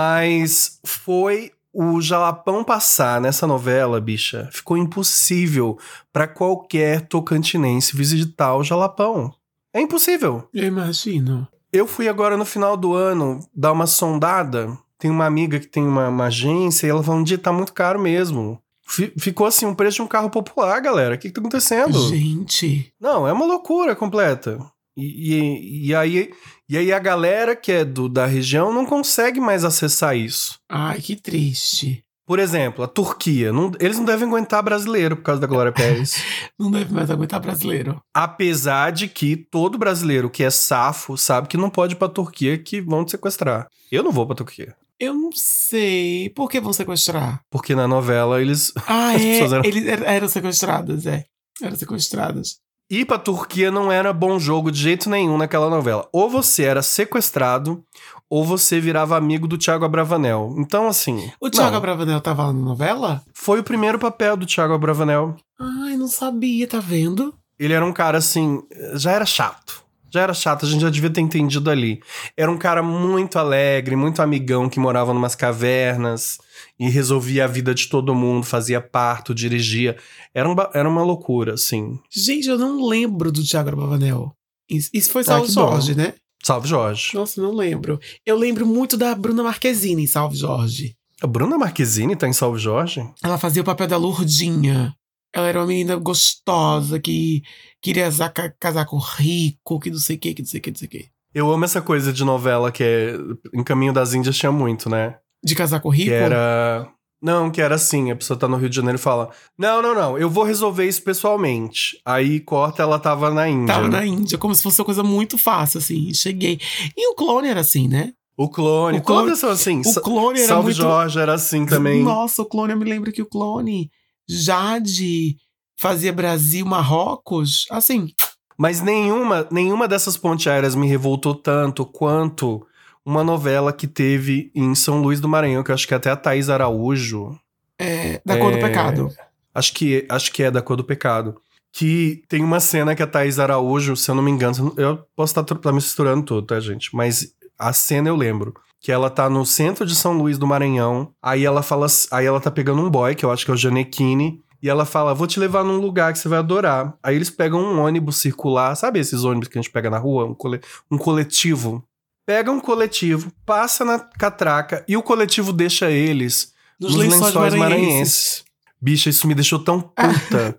Speaker 1: Mas foi o Jalapão passar nessa novela, bicha. Ficou impossível pra qualquer tocantinense visitar o Jalapão. É impossível.
Speaker 2: Eu imagino.
Speaker 1: Eu fui agora no final do ano dar uma sondada. Tem uma amiga que tem uma, uma agência e ela falou: dia tá muito caro mesmo. Fi- Ficou assim, um preço de um carro popular, galera. O que, que tá acontecendo?
Speaker 2: Gente.
Speaker 1: Não, é uma loucura completa. E, e- e aí, e aí a galera que é do, da região não consegue mais acessar isso.
Speaker 2: Ai, que triste.
Speaker 1: Por exemplo, a Turquia. não- eles não devem aguentar brasileiro por causa da Glória Pérez.
Speaker 2: Não deve mais aguentar brasileiro.
Speaker 1: Apesar de que todo brasileiro que é safo sabe que não pode ir pra Turquia que vão te sequestrar. Eu não vou pra Turquia.
Speaker 2: Eu não sei. Por que vão sequestrar?
Speaker 1: Porque na novela eles.
Speaker 2: Ah,
Speaker 1: As
Speaker 2: é.
Speaker 1: pessoas eram-
Speaker 2: Eles er- eram sequestradas, é. Eram sequestradas.
Speaker 1: Ir pra Turquia não era bom jogo de jeito nenhum naquela novela. Ou você era sequestrado, ou você virava amigo do Thiago Abravanel. Então, assim.
Speaker 2: O Thiago
Speaker 1: não.
Speaker 2: Abravanel tava lá na novela?
Speaker 1: Foi o primeiro papel do Thiago Abravanel.
Speaker 2: Ai, não sabia, tá vendo?
Speaker 1: Ele era um cara assim. Já era chato. Já era chato, a gente já devia ter entendido ali. Era um cara muito alegre, muito amigão, que morava numas cavernas e resolvia a vida de todo mundo, fazia parto, dirigia. Era, um ba- era uma loucura, assim.
Speaker 2: Gente, eu não lembro do Thiago Abravanel. Isso, isso foi Salve
Speaker 1: que bom.
Speaker 2: Jorge, né?
Speaker 1: Salve, Jorge.
Speaker 2: Nossa, não lembro. Eu lembro muito da Bruna Marquezine em Salve Jorge.
Speaker 1: A Bruna Marquezine tá em Salve, Jorge?
Speaker 2: Ela fazia o papel da Lourdinha. Ela era uma menina gostosa que queria za- ca- casar com rico, que não sei o que, que não sei o que, não sei o que.
Speaker 1: Eu amo essa coisa de novela que é. Em Caminho das Índias tinha muito, né?
Speaker 2: De casar com rico?
Speaker 1: Que era. Não, que era assim, a pessoa tá no Rio de Janeiro e fala: Não, não, não, eu vou resolver isso pessoalmente. Aí corta, ela tava na Índia.
Speaker 2: Tava Tá, na Índia, como se fosse uma coisa muito fácil, assim. Cheguei. E o clone era assim, né?
Speaker 1: O clone,
Speaker 2: O clone-
Speaker 1: todas são assim.
Speaker 2: O
Speaker 1: Sa-
Speaker 2: clone era
Speaker 1: Salve
Speaker 2: muito.
Speaker 1: Jorge era assim também.
Speaker 2: Nossa, o clone, eu me lembro que o clone Jade fazia Brasil, Marrocos. Assim,
Speaker 1: Mas nenhuma, nenhuma dessas ponte aéreas me revoltou tanto quanto uma novela que teve em São Luís do Maranhão, que eu acho que até a Thaís Araújo.
Speaker 2: é, da cor do
Speaker 1: É.
Speaker 2: pecado.
Speaker 1: Acho que, acho que é da Cor do Pecado. Que tem uma cena que a Thaís Araújo, se eu não me engano, eu posso estar tá misturando tudo, tá, gente? Mas a cena eu lembro. Que ela tá no centro de São Luís do Maranhão. Aí ela fala. Aí ela tá pegando um boy, que eu acho que é o Janequine. E ela fala: Vou te levar num lugar que você vai adorar. Aí eles pegam um ônibus circular, sabe esses ônibus que a gente pega na rua? Um, cole- um coletivo. Pega um coletivo, passa na catraca e o coletivo deixa eles
Speaker 2: Nos lençóis, maranhenses.
Speaker 1: Bicha, isso me deixou tão puta.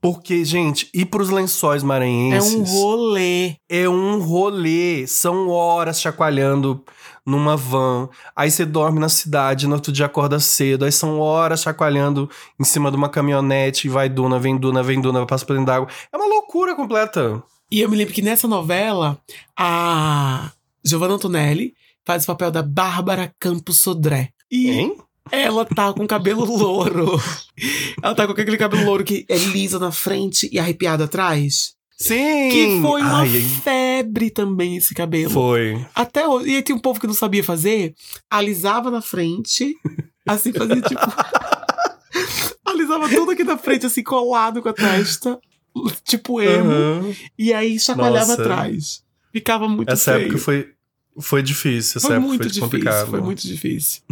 Speaker 1: Porque, gente, ir pros lençóis
Speaker 2: É
Speaker 1: maranhenses
Speaker 2: um rolê.
Speaker 1: é um rolê. São horas chacoalhando numa van. Aí você dorme na cidade, no outro dia acorda cedo. Aí são horas chacoalhando em cima de uma caminhonete. e Vai duna, vem duna, vem duna, passa por dentro d'água. É uma loucura completa.
Speaker 2: E eu me lembro que nessa novela, a Giovanna Antonelli faz o papel da Bárbara Campos Sodré. E
Speaker 1: Hein?
Speaker 2: Ela tá com cabelo louro. Ela tá com aquele cabelo louro que é lisa na frente e arrepiado atrás.
Speaker 1: Sim!
Speaker 2: Que foi
Speaker 1: Hum,
Speaker 2: uma
Speaker 1: Ai,
Speaker 2: febre também esse cabelo.
Speaker 1: Foi.
Speaker 2: Até hoje. E aí tem um povo que não sabia fazer, alisava na frente, assim, fazia tipo. alisava tudo aqui na frente, assim, colado com a testa, tipo emo,
Speaker 1: Aham.
Speaker 2: e aí chacoalhava
Speaker 1: Nossa.
Speaker 2: atrás. Ficava muito
Speaker 1: Essa
Speaker 2: feio.
Speaker 1: época foi, foi difícil, essa
Speaker 2: Foi
Speaker 1: época
Speaker 2: muito
Speaker 1: foi
Speaker 2: difícil,
Speaker 1: complicada.
Speaker 2: foi muito difícil.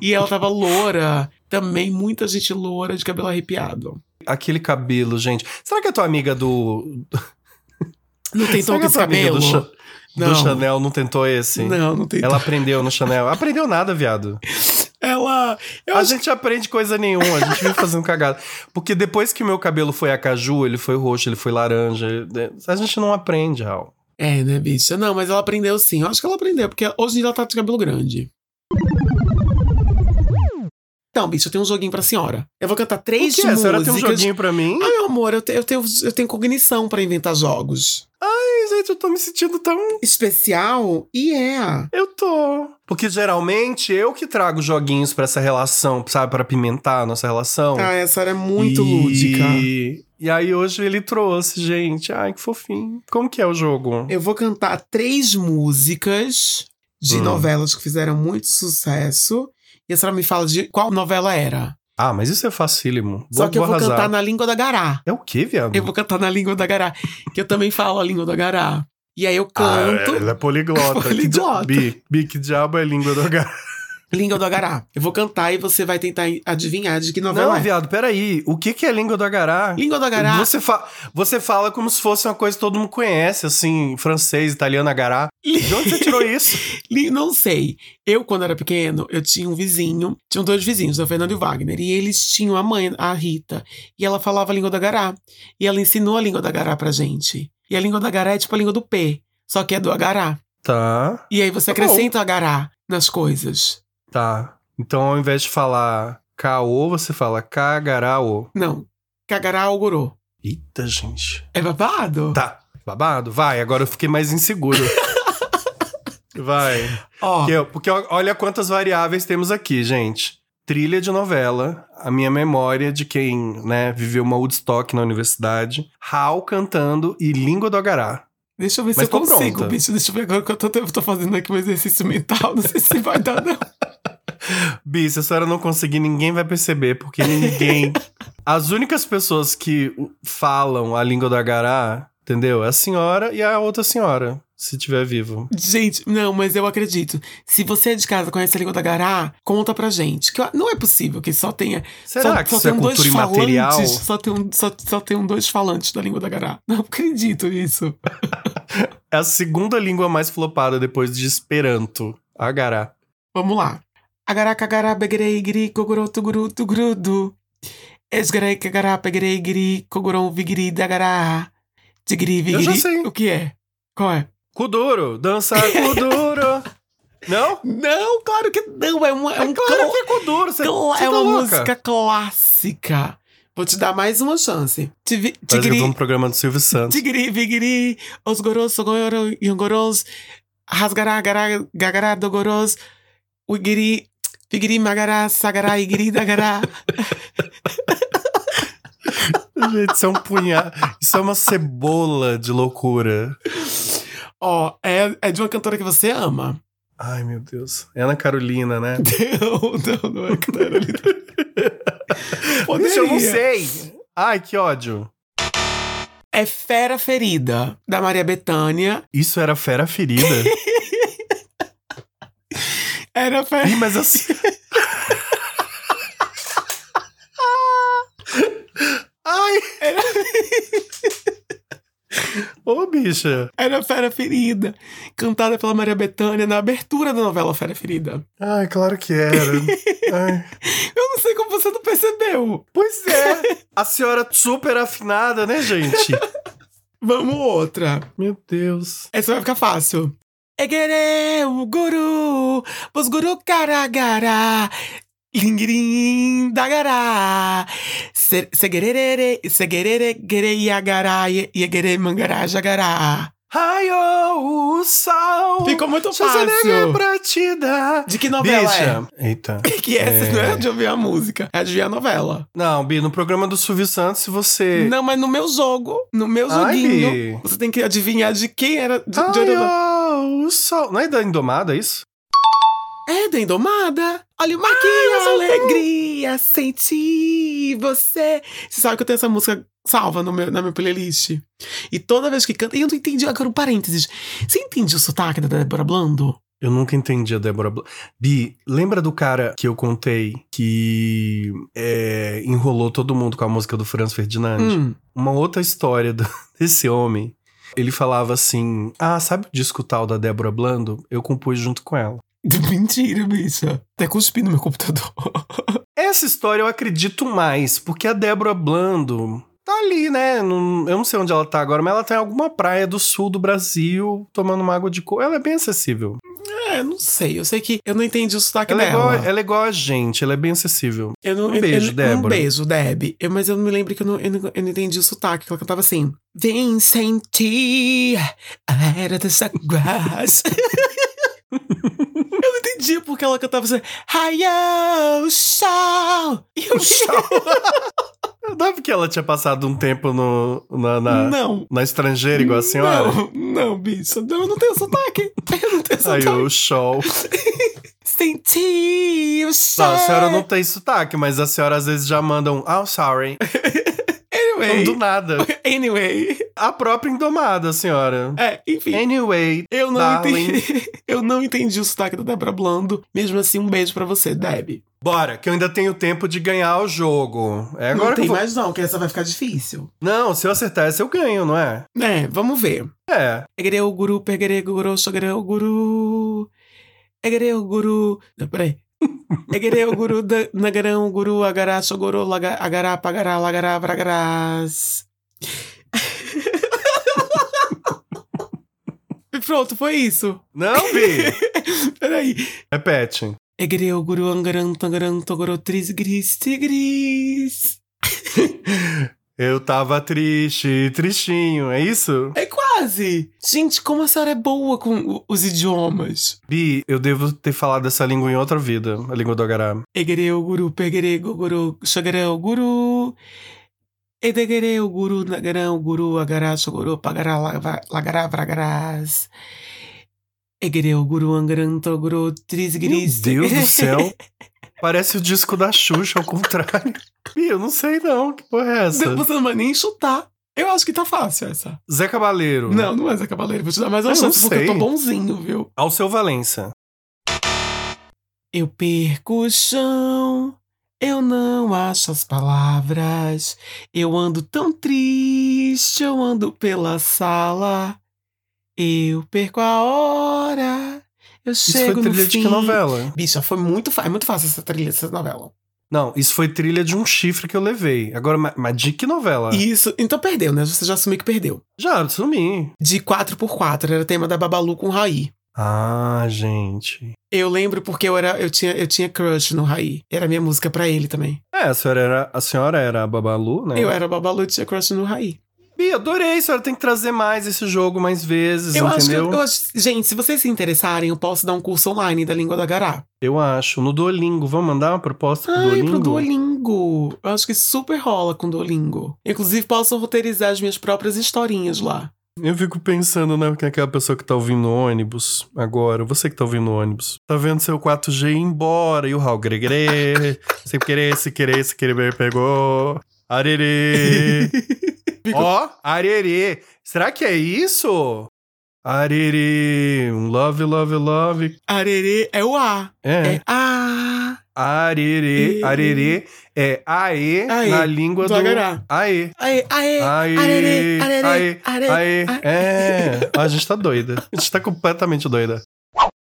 Speaker 2: E ela tava loura, também muita gente loura, de cabelo arrepiado.
Speaker 1: Aquele cabelo, gente. Será que a tua amiga do.
Speaker 2: Não tentou
Speaker 1: Será
Speaker 2: com
Speaker 1: que a
Speaker 2: esse
Speaker 1: tua amiga
Speaker 2: é cabelo?
Speaker 1: do, Cha- do
Speaker 2: Não.
Speaker 1: Chanel não tentou esse?
Speaker 2: Não, não tentou.
Speaker 1: Ela aprendeu no Chanel. Aprendeu nada, viado.
Speaker 2: Ela... Eu
Speaker 1: a
Speaker 2: acho
Speaker 1: gente aprende coisa nenhuma, a gente vive fazendo cagada. Porque depois que o meu cabelo foi a caju, ele foi roxo, ele foi laranja. né? A gente não aprende, Raul.
Speaker 2: É, né, bicha? Não, mas ela aprendeu sim. Eu acho que ela aprendeu, porque hoje em dia ela tá de cabelo grande. Então, bicha, eu tenho um joguinho pra senhora. Eu vou cantar
Speaker 1: O
Speaker 2: três
Speaker 1: que? A
Speaker 2: músicas.
Speaker 1: senhora tem um joguinho pra mim?
Speaker 2: Ai, meu amor, eu, te- eu tenho, eu tenho cognição pra inventar jogos.
Speaker 1: Ai, gente, eu tô me sentindo tão.
Speaker 2: Especial? E é.
Speaker 1: Eu tô. Porque geralmente eu que trago joguinhos pra essa relação, sabe? Pra pimentar a nossa relação.
Speaker 2: Ah, essa era muito
Speaker 1: E-
Speaker 2: lúdica.
Speaker 1: E aí hoje ele trouxe, gente. Ai, que fofinho. Como que é o jogo?
Speaker 2: Eu vou cantar três músicas de
Speaker 1: Hum.
Speaker 2: novelas que fizeram muito sucesso. E a senhora me fala de qual novela era.
Speaker 1: Ah, mas isso é facílimo.
Speaker 2: Só que eu vou
Speaker 1: arrasar.
Speaker 2: cantar na língua da Gará.
Speaker 1: É o quê, viado?
Speaker 2: Eu vou cantar na língua da Gará, que eu também falo a língua da Gará. E aí eu canto
Speaker 1: Ah, ela é poliglota. Que dia-
Speaker 2: Poliglota.
Speaker 1: Bi, Bi, que diabo é língua do gato? é.
Speaker 2: língua do Gará. Eu vou cantar e você vai tentar adivinhar de que novela
Speaker 1: Não,
Speaker 2: é.
Speaker 1: viado, peraí. O que, que é língua do agará?
Speaker 2: Língua do Gará.
Speaker 1: Você, fa- você fala como se fosse uma coisa que todo mundo conhece, assim, francês, italiano, agará. De onde você tirou isso?
Speaker 2: Li- Não sei. Eu, quando era pequeno, eu tinha um vizinho. Tinham dois vizinhos, o Fernando e o Wagner. E eles tinham a mãe, a Rita. E ela falava a língua da Gará. E ela ensinou a língua da Gará pra gente. E a língua da Gará é tipo a língua do P. Só que é do Agará.
Speaker 1: Tá,
Speaker 2: E aí você
Speaker 1: Tá bom.
Speaker 2: acrescenta o Agará nas coisas.
Speaker 1: tá. Então, ao invés de falar caô, você fala cagaraô.
Speaker 2: Não. Cagará Ogorô.
Speaker 1: Eita, gente.
Speaker 2: É babado?
Speaker 1: Tá, babado? Vai, agora eu fiquei mais inseguro. Vai.
Speaker 2: Ó.
Speaker 1: Porque, eu- porque o- olha quantas variáveis temos aqui, gente. Trilha de novela, a minha memória de quem, né, viveu uma Woodstock na universidade, Hal cantando e Língua do Agará.
Speaker 2: Deixa eu ver
Speaker 1: Mas
Speaker 2: se eu
Speaker 1: tô
Speaker 2: consigo,
Speaker 1: pronta.
Speaker 2: bicho. Deixa eu ver agora que eu tô, eu tô fazendo aqui um exercício mental. Não sei se vai dar, não.
Speaker 1: Bi, se a senhora não conseguir, ninguém vai perceber, porque ninguém. As únicas pessoas que falam a língua do Agará, entendeu? É a senhora e a outra senhora, se tiver vivo.
Speaker 2: Gente, não, mas eu acredito. Se você é de casa conhece a língua da Gará, conta pra gente. Que eu- não é possível que só tenha.
Speaker 1: Será
Speaker 2: só,
Speaker 1: que
Speaker 2: só
Speaker 1: isso é
Speaker 2: tenham dois
Speaker 1: cultura
Speaker 2: falantes,
Speaker 1: imaterial?
Speaker 2: Só tem, um, só, só tem um dois falantes da língua da Gará. Não acredito nisso.
Speaker 1: É a segunda língua mais flopada depois de Esperanto. Agará.
Speaker 2: Vamos lá. Agará, cagará, begerei, gri, cogorô, tuguru, tugrudu. Esgarei, cagará, pegerei, gri, cogorô, vigri, dagará. Tigri, vigri.
Speaker 1: Eu já sei.
Speaker 2: O que é? Qual é?
Speaker 1: Kuduro, dança Kuduro. Não?
Speaker 2: Não, claro que não. É, uma, é um
Speaker 1: Claro que é Kuduro, você,
Speaker 2: Cla-
Speaker 1: você tá
Speaker 2: é uma
Speaker 1: louca.
Speaker 2: música clássica. Vou te dar mais uma chance. Tive-
Speaker 1: Parece que eu tô um no
Speaker 2: Tigri,
Speaker 1: programa do Silvio Santos.
Speaker 2: tigri, vigri, os goros, sogorô, yongoros, um rasgará, gará, gagará, dogoros, uigiri, vigiri, magará, sagará, igiri, dagará.
Speaker 1: Gente, isso é um punhado. Isso é uma cebola de loucura.
Speaker 2: Ó, é, é de uma cantora que você ama.
Speaker 1: Ai, meu Deus. É Ana Carolina, né?
Speaker 2: Não, não, não é cantora.
Speaker 1: Bicho, eu não sei. Ai, que ódio.
Speaker 2: É Fera Ferida, da Maria Bethânia.
Speaker 1: Isso era fera ferida.
Speaker 2: Era Fera
Speaker 1: Ih, mas assim... Ai! Ô, bicha.
Speaker 2: Era Fera Ferida, cantada pela Maria Bethânia na abertura da novela Fera Ferida.
Speaker 1: Ai, claro que era. Ai...
Speaker 2: Eu não sei como você não percebeu.
Speaker 1: Pois é. A senhora super afinada, né, gente?
Speaker 2: Vamos outra.
Speaker 1: Meu Deus.
Speaker 2: Essa vai ficar fácil. Egere, o guru, os guru caragara, lingirim dagará, se- segererere, segerere, gerei agará, ye- yegere mangará jagará.
Speaker 1: Raiou o sol.
Speaker 2: Ficou muito
Speaker 1: Schwarzenegger
Speaker 2: fácil.
Speaker 1: pra te dar.
Speaker 2: De que novela
Speaker 1: Bicha. Eita.
Speaker 2: é? Que essa
Speaker 1: É.
Speaker 2: não é de ouvir a música, é de ouvir a novela.
Speaker 1: Não, Bi, no programa do Silvio Santos, se você.
Speaker 2: Não, mas no meu jogo, no meu
Speaker 1: Ai,
Speaker 2: joguinho,
Speaker 1: Bi.
Speaker 2: você tem que adivinhar de quem era. De, de
Speaker 1: Ai,
Speaker 2: Orobó.
Speaker 1: ó, o sol. Não é da Indomada, é isso?
Speaker 2: É da Indomada? Olha o Marquinhos, alegria, senti você. Você sabe que eu tenho essa música salva no meu, na minha playlist. E toda vez que canta. E eu não entendi, agora um parênteses. Você entende o sotaque da Débora Blando?
Speaker 1: Eu nunca entendi a Débora Bla... Bi, lembra do cara que eu contei que é, enrolou todo mundo com a música do Franz Ferdinand?
Speaker 2: Hum.
Speaker 1: Uma outra história do- desse homem. Ele falava assim: Ah, sabe o disco tal da Débora Blando? Eu compus junto com ela.
Speaker 2: Hum. Mentira, bicha. Até cuspi no meu computador.
Speaker 1: Essa história eu acredito mais, porque a Débora Blando tá ali, né? Não- eu não sei onde ela tá agora, mas ela tá em alguma praia do sul do Brasil tomando uma água de coco. Ela é bem acessível.
Speaker 2: É, não sei. Eu sei que eu não entendi o sotaque
Speaker 1: Ela é, igual,
Speaker 2: dela.
Speaker 1: ela é igual a gente, ela é bem acessível.
Speaker 2: Eu não,
Speaker 1: Um
Speaker 2: eu-
Speaker 1: beijo,
Speaker 2: eu- Um
Speaker 1: Débora.
Speaker 2: beijo, Deb. Eu- mas eu me lembro que eu não, eu, não, eu não entendi o sotaque, que ela cantava assim. Vem sentir a era dessa graça. eu não entendi porque ela cantava assim. Raia, o sol. E eu
Speaker 1: Eu dava que ela tinha passado um tempo no, na, na,
Speaker 2: Não.
Speaker 1: na estrangeira, né? igual a senhora.
Speaker 2: Não, não, bicho. Não, eu não tenho sotaque. Eu não tenho
Speaker 1: Aí
Speaker 2: sotaque.
Speaker 1: o show.
Speaker 2: Sentir o sol.
Speaker 1: Não, a senhora
Speaker 2: É.
Speaker 1: não tem sotaque, mas a senhora às vezes já manda um I'm sorry. Então, do
Speaker 2: Anyway.
Speaker 1: nada.
Speaker 2: Anyway.
Speaker 1: A própria indomada, a senhora.
Speaker 2: É, enfim.
Speaker 1: Anyway.
Speaker 2: Eu não
Speaker 1: darling.
Speaker 2: entendi. Eu não entendi o sotaque da Débora Blando. Mesmo assim, um beijo pra você, Deb.
Speaker 1: Bora, que eu ainda tenho tempo de ganhar o jogo. É agora que
Speaker 2: não tem
Speaker 1: eu vou...
Speaker 2: mais não, que essa vai ficar difícil.
Speaker 1: Não, se eu acertar essa, eu ganho, não é?
Speaker 2: É, vamos ver.
Speaker 1: É.
Speaker 2: Egreu guru, pegreu guru, sogreu guru. Egreu guru... Não, peraí. Egreu guru, da- nagarão guru, agará, sogorô, laga- agará, pagará, lagará, bragarás. E pronto, foi isso.
Speaker 1: Não, Bi.
Speaker 2: Peraí.
Speaker 1: Repete.
Speaker 2: Egreu guru, angarão, tangarão, togorô, tris, gris, tigris.
Speaker 1: Eu tava triste, tristinho, é isso?
Speaker 2: É quase! Gente, como a senhora é boa com o- os idiomas.
Speaker 1: Bi, eu devo ter falado essa língua em outra vida, a língua do Agará.
Speaker 2: Egereu guru, pegereu guru, xagareu guru. Edegereu guru, nagarão guru, agará, soguru, pagará, lava- lagará, vragarás. Egereu guru, angarão, toguru, trisgris.
Speaker 1: Meu Deus do céu. Parece o disco da Xuxa, ao contrário. Bi, eu não sei não, que porra é essa?
Speaker 2: Você não vai nem chutar. Eu acho que tá fácil essa.
Speaker 1: Zé Cabaleiro.
Speaker 2: Não, não é Zé Cavaleiro. Vou te dar mais uma
Speaker 1: Eu
Speaker 2: chance
Speaker 1: não
Speaker 2: porque eu tô
Speaker 1: sei.
Speaker 2: bonzinho, viu?
Speaker 1: Alceu Valença.
Speaker 2: Eu perco o chão, eu não acho as palavras. Eu ando tão triste, eu ando pela sala. Eu perco a hora, eu
Speaker 1: Isso foi
Speaker 2: chego no
Speaker 1: trilha de
Speaker 2: fim.
Speaker 1: que novela?
Speaker 2: Bicha, foi muito fácil, é muito fácil essa trilha dessa novela.
Speaker 1: Não, isso foi trilha de um chifre que eu levei. Agora, ma- mas de que novela?
Speaker 2: Isso, então perdeu, né? Você já assumiu que perdeu.
Speaker 1: Já, sumi.
Speaker 2: De 4x4, era tema da Babalu com Raí.
Speaker 1: Ah, gente.
Speaker 2: Eu lembro porque eu era, eu tinha, eu tinha crush no Raí. Era minha música pra ele também.
Speaker 1: É, a senhora era a, senhora era a Babalu, né?
Speaker 2: Eu era Babalu e tinha crush no Raí.
Speaker 1: Bi, adorei. A senhora tem que trazer mais esse jogo mais vezes,
Speaker 2: Eu acho, que,
Speaker 1: entendeu?
Speaker 2: eu acho- Gente, se vocês se interessarem, eu posso dar um curso online da língua da Gará.
Speaker 1: Eu acho. No Duolingo. Vamos mandar uma proposta pro
Speaker 2: Ai,
Speaker 1: Duolingo?
Speaker 2: pro Duolingo. Eu acho que super rola com Duolingo. Inclusive, posso roteirizar as minhas próprias historinhas lá.
Speaker 1: Eu fico pensando né, naquela pessoa que tá ouvindo no ônibus agora, você que tá ouvindo no ônibus, tá vendo seu 4G ir embora e o Raul gregre, sem querer, se querer, se querer, me pegou. Arerê! Ó, arerê! Será que é isso? Arerê! Um love, love, love.
Speaker 2: Arerê é o A.
Speaker 1: É.
Speaker 2: É A
Speaker 1: Arerê,
Speaker 2: E-
Speaker 1: arerê. É aê,
Speaker 2: Aê,
Speaker 1: na língua do.
Speaker 2: do Agará.
Speaker 1: Aê.
Speaker 2: Aê, aê,
Speaker 1: Aê,
Speaker 2: arerê, arerê,
Speaker 1: aê,
Speaker 2: arerê.
Speaker 1: Aê,
Speaker 2: Ai.
Speaker 1: é. A gente tá doida. A gente tá completamente doida.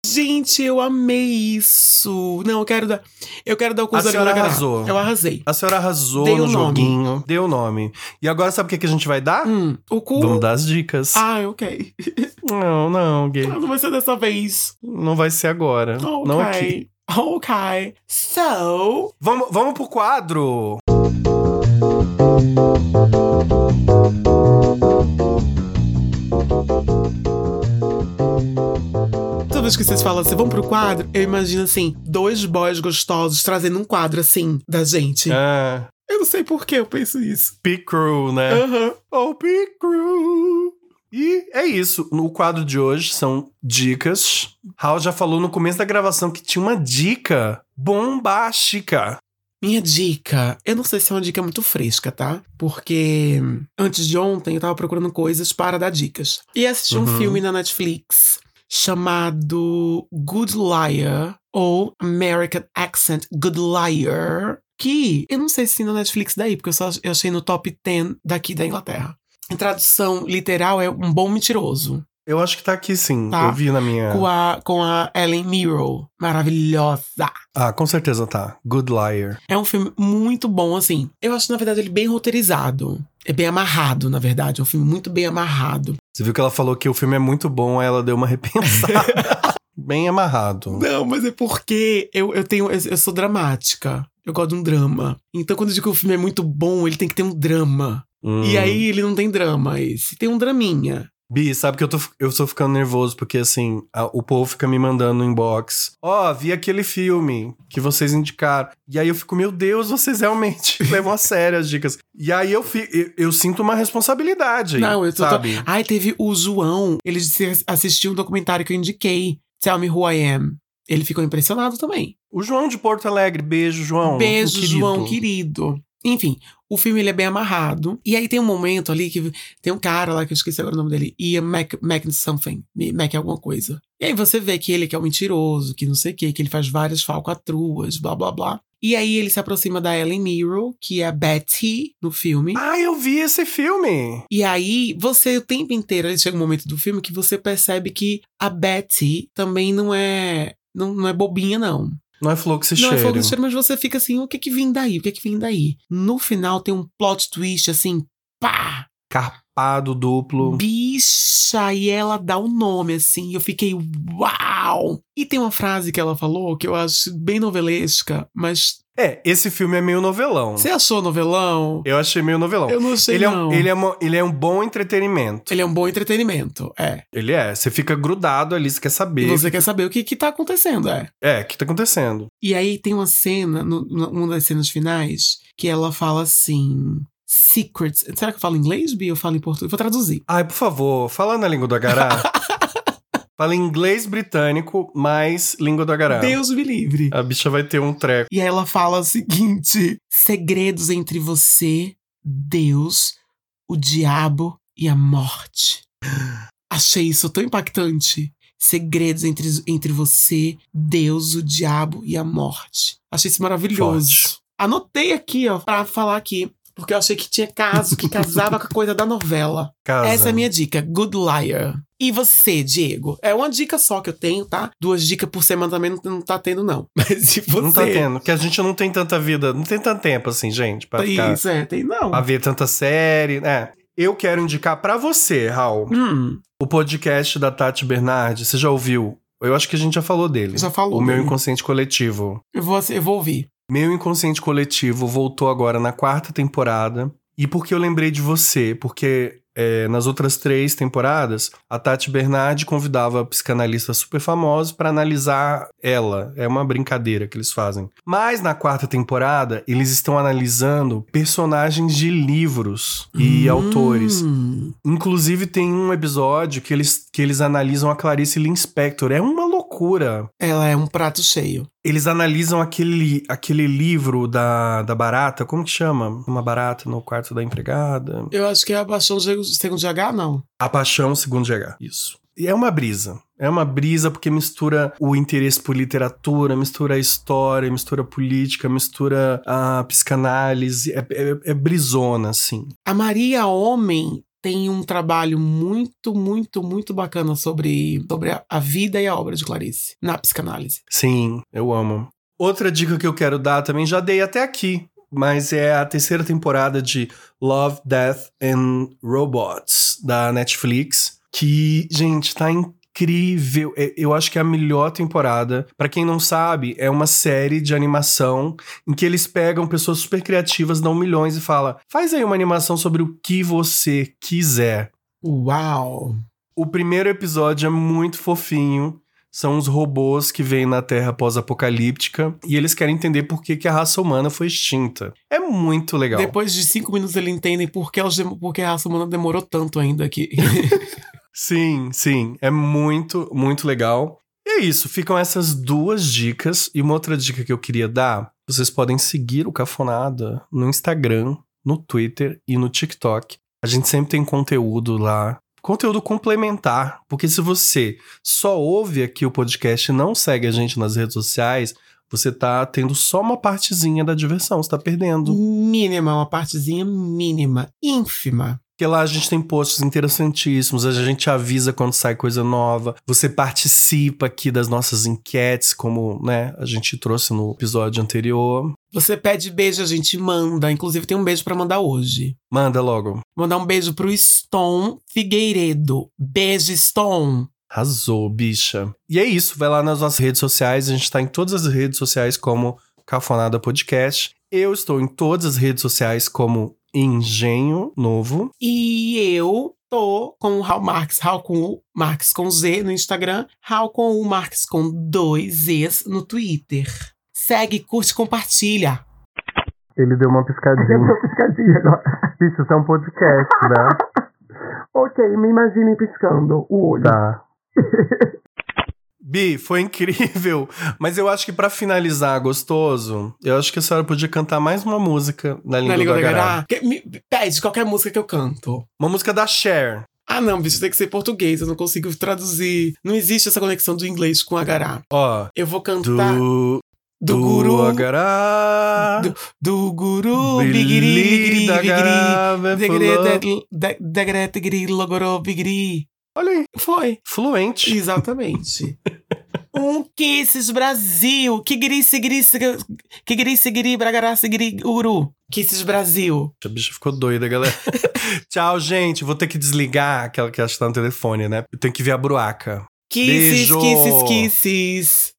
Speaker 2: Gente, eu amei isso. Não, eu quero dar... Eu quero dar o curso
Speaker 1: A
Speaker 2: da língua da
Speaker 1: senhora
Speaker 2: Gará.
Speaker 1: arrasou.
Speaker 2: Eu arrasei.
Speaker 1: A senhora arrasou
Speaker 2: Dei
Speaker 1: no
Speaker 2: o nome.
Speaker 1: joguinho. Deu o nome. E agora sabe o que, que a gente vai dar?
Speaker 2: Hum, o cu...
Speaker 1: Vamos dar as dicas.
Speaker 2: Ah, ok.
Speaker 1: Não, não, gay.
Speaker 2: Não vai ser dessa vez.
Speaker 1: Não vai ser agora.
Speaker 2: Okay.
Speaker 1: Não aqui.
Speaker 2: Okay. So,
Speaker 1: Vamos, vamos pro quadro.
Speaker 2: vez que vocês falam assim, vamos pro quadro, eu imagino assim, dois boys gostosos trazendo um quadro assim da gente.
Speaker 1: Ah,
Speaker 2: Eu não sei por que eu penso isso.
Speaker 1: Picrew, né?
Speaker 2: Aham.
Speaker 1: Oh, Picrew! E é isso. No quadro de hoje são dicas. Raul já falou no começo da gravação que tinha uma dica bombástica.
Speaker 2: Minha dica, eu não sei se é uma dica muito fresca, tá? Porque antes de ontem eu tava procurando coisas para dar dicas. E assisti
Speaker 1: Uhum.
Speaker 2: um filme na Netflix chamado Good Liar ou American Accent Good Liar, que eu não sei se na Netflix daí, porque eu só eu achei no top 10 daqui da Inglaterra. Em tradução literal é um bom mentiroso
Speaker 1: Eu acho que tá aqui sim.
Speaker 2: Tá.
Speaker 1: Eu vi na minha.
Speaker 2: com a com a Ellen Mirror, maravilhosa.
Speaker 1: Ah, com certeza tá. Good Liar.
Speaker 2: É um filme muito bom, assim. Eu acho, na verdade, ele bem roteirizado. É bem amarrado, na verdade. É um filme muito bem amarrado.
Speaker 1: Você viu que ela falou que o filme é muito bom, aí ela deu uma repensada. Bem amarrado.
Speaker 2: Não, mas é porque eu, eu tenho. Eu, eu sou dramática. Eu gosto de um drama. Então, quando eu digo que o filme é muito bom, ele tem que ter um drama. E
Speaker 1: Hum.
Speaker 2: aí ele não tem drama esse. Tem um draminha.
Speaker 1: Bi, sabe que eu tô, eu tô ficando nervoso, porque assim, a- o povo fica me mandando no inbox. Ó, vi aquele filme que vocês indicaram. E aí eu fico, meu Deus, vocês realmente levam a sério as dicas. E aí eu, fi, eu, eu sinto uma responsabilidade.
Speaker 2: Não, eu tô- Ah.
Speaker 1: Sabe?
Speaker 2: Ai, teve o João. Ele disse- assistiu um documentário que eu indiquei. Tell me who I am. Ele ficou impressionado também.
Speaker 1: O João de Porto Alegre, beijo, João.
Speaker 2: Beijo,
Speaker 1: um querido.
Speaker 2: João, querido. Enfim, o filme ele é bem amarrado. E aí tem um momento ali que tem um cara lá que eu esqueci agora o nome dele. Ian Mac, Mac something. Mac alguma coisa. E aí você vê que ele que é um mentiroso, que não sei o quê, que ele faz várias falcatruas, blá blá blá. E aí ele se aproxima da Ellen Mirror, que é a Betty no filme.
Speaker 1: Ah, eu vi esse filme.
Speaker 2: E aí, você o tempo inteiro, aí chega um momento do filme que você percebe que a Betty também não é não, não é bobinha não.
Speaker 1: Não é Flow que se
Speaker 2: Não
Speaker 1: cheira.
Speaker 2: é fogo de cheiro, mas você fica assim, o que que vem daí? O que que vem daí? No final tem um plot twist assim, pá!
Speaker 1: Carpado duplo.
Speaker 2: Bicha! E ela dá o nome assim, e eu fiquei uau! E tem uma frase que ela falou que eu acho bem novelesca, mas
Speaker 1: É, esse filme é meio novelão.
Speaker 2: você achou novelão?
Speaker 1: Eu achei meio novelão.
Speaker 2: Eu não sei
Speaker 1: ele, é
Speaker 2: não.
Speaker 1: um, ele, é uma- ele é um bom entretenimento.
Speaker 2: Ele é um bom entretenimento, é.
Speaker 1: Ele é, você fica grudado ali, você quer
Speaker 2: E
Speaker 1: saber.
Speaker 2: você quer saber o que que tá acontecendo, é.
Speaker 1: É, o que tá acontecendo?
Speaker 2: E aí tem uma cena, no- no- uma das cenas finais, que ela fala assim... Secrets. Será que eu falo em inglês, Bi? Eu falo em português. Vou traduzir.
Speaker 1: Ai, por favor, fala na língua do Agará. fala em inglês britânico, mais língua do Agará.
Speaker 2: Deus me livre.
Speaker 1: A bicha vai ter um treco.
Speaker 2: E aí ela fala o seguinte: segredos entre você, Deus, o diabo e a morte. Achei isso tão impactante. Segredos entre, entre você, Deus, o diabo e a morte. Achei isso maravilhoso.
Speaker 1: Forte.
Speaker 2: Anotei aqui, ó, pra falar aqui. Porque eu achei que tinha caso que casava com a coisa da novela.
Speaker 1: Casa.
Speaker 2: Essa é a minha dica, Good Liar. E você, Diego? É uma dica só que eu tenho, tá? Duas dicas por semana também não, não tá tendo, não. Mas e você?
Speaker 1: Não tá tendo, que a gente não tem tanta vida, não tem tanto tempo assim, gente, pra, ficar,
Speaker 2: Isso, é, tem não.
Speaker 1: pra ver tanta série, né? Eu quero indicar pra você, Raul,
Speaker 2: Hum,
Speaker 1: o podcast da Tati Bernardi. Você já ouviu? Eu acho que a gente já falou dele.
Speaker 2: já falou.
Speaker 1: o meu
Speaker 2: dele.
Speaker 1: inconsciente coletivo.
Speaker 2: eu, vou, assi- eu vou ouvir.
Speaker 1: Meu Inconsciente Coletivo voltou agora na quarta temporada. E por que eu lembrei de você? Porque é, nas outras três temporadas, a Tati Bernardi convidava psicanalistas super famosos para analisar ela. É uma brincadeira que eles fazem. Mas na quarta temporada, eles estão analisando personagens de livros e
Speaker 2: Hum.
Speaker 1: autores. Inclusive, tem um episódio que eles, que eles analisam a Clarice Linspector. É uma loucura.
Speaker 2: Ela é um prato cheio.
Speaker 1: Eles analisam aquele, aquele livro da, da barata, como que chama? Uma barata no quarto da empregada.
Speaker 2: Eu acho que é a paixão de- segundo de H, não.
Speaker 1: A paixão, segundo GH. Isso. E é uma brisa. É uma brisa porque mistura o interesse por literatura, mistura a história, mistura a política, mistura a psicanálise. É, é, é brisona, assim.
Speaker 2: A Maria Homem tem um trabalho muito, muito, muito bacana sobre, sobre a- a vida e a obra de Clarice, na psicanálise.
Speaker 1: Sim, eu amo. Outra dica que eu quero dar também, já dei até aqui, mas é a terceira temporada de Love, Death and Robots da Netflix, que, gente, tá incrível. É- Eu acho que é a melhor temporada. Pra quem não sabe, é uma série de animação em que eles pegam pessoas super criativas, dão milhões e fala: "Faz aí uma animação sobre o que você quiser".
Speaker 2: Uau!
Speaker 1: O primeiro episódio é muito fofinho. são os robôs que vêm na Terra pós-apocalíptica e eles querem entender por que, que a raça humana foi extinta. É muito legal.
Speaker 2: Depois de cinco minutos eles entendem por que, elas dem- por que a raça humana demorou tanto ainda aqui.
Speaker 1: Sim, sim, é muito, muito legal. E é isso, ficam essas duas dicas. E uma outra dica que eu queria dar: vocês podem seguir o Cafonada no Instagram, no Twitter e no TikTok. A gente sempre tem conteúdo lá, conteúdo complementar, porque se você só ouve aqui o podcast e não segue a gente nas redes sociais, você tá tendo só uma partezinha da diversão, você tá perdendo.
Speaker 2: mínima, uma partezinha mínima, ínfima.
Speaker 1: Porque lá a gente tem posts interessantíssimos, a gente avisa quando sai coisa nova. Você participa aqui das nossas enquetes, como né, a gente trouxe no episódio anterior.
Speaker 2: Você pede beijo, a gente manda. Inclusive, tem um beijo pra mandar hoje.
Speaker 1: Manda logo.
Speaker 2: Mandar um beijo pro Ston Figueiredo. Beijo, Ston.
Speaker 1: Arrasou, bicha. E é isso, vai lá nas nossas redes sociais, a gente tá em todas as redes sociais como Cafonada Podcast. Eu estou em todas as redes sociais como Engenho Novo.
Speaker 2: E eu tô com o Raul Marx, Raul com o Marx com Z no Instagram, Raul com o Marx com dois Zs no Twitter. Segue, curte, compartilha.
Speaker 4: Ele deu uma
Speaker 3: Eu
Speaker 4: piscadinha.
Speaker 3: tô piscadinha agora.
Speaker 4: Bicho, isso é um podcast, né?
Speaker 3: ok, me imaginem piscando o olho.
Speaker 4: Tá.
Speaker 1: Bi, foi incrível. Mas eu acho que pra finalizar gostoso, eu acho que a senhora podia cantar mais uma música na língua,
Speaker 2: Na língua
Speaker 1: do
Speaker 2: da
Speaker 1: Agará.
Speaker 2: Gará. Tá Que- me- Pede qualquer música que eu canto.
Speaker 1: Uma música da Cher.
Speaker 2: Ah, não, bicho, tem que ser português, eu não consigo traduzir. Não existe essa conexão do inglês com a Gará.
Speaker 1: Ó.
Speaker 2: Eu vou
Speaker 1: Do,
Speaker 2: cantar Tá, do,
Speaker 1: do
Speaker 2: guru.
Speaker 1: Agará.
Speaker 2: Do- Do guru, bigiri,
Speaker 1: Bili
Speaker 2: bigiri,
Speaker 1: da
Speaker 2: bigiri.
Speaker 1: Agará, vai
Speaker 2: Degre,
Speaker 1: falar.
Speaker 2: degl- de- degre, degri, logorô, bigiri.
Speaker 1: Olha aí.
Speaker 2: Foi.
Speaker 1: Fluente.
Speaker 2: Exatamente. um Kisses Brasil. Que gri, segri, segri- que gri, segri, bragará, segri, uru. Kisses Brasil.
Speaker 1: A bicha ficou doida, galera. Tchau, gente. Vou ter que desligar aquela que acho que tá no telefone, né? Eu tenho que ver a bruaca.
Speaker 2: Kisses,
Speaker 1: Beijo.
Speaker 2: kisses, kisses.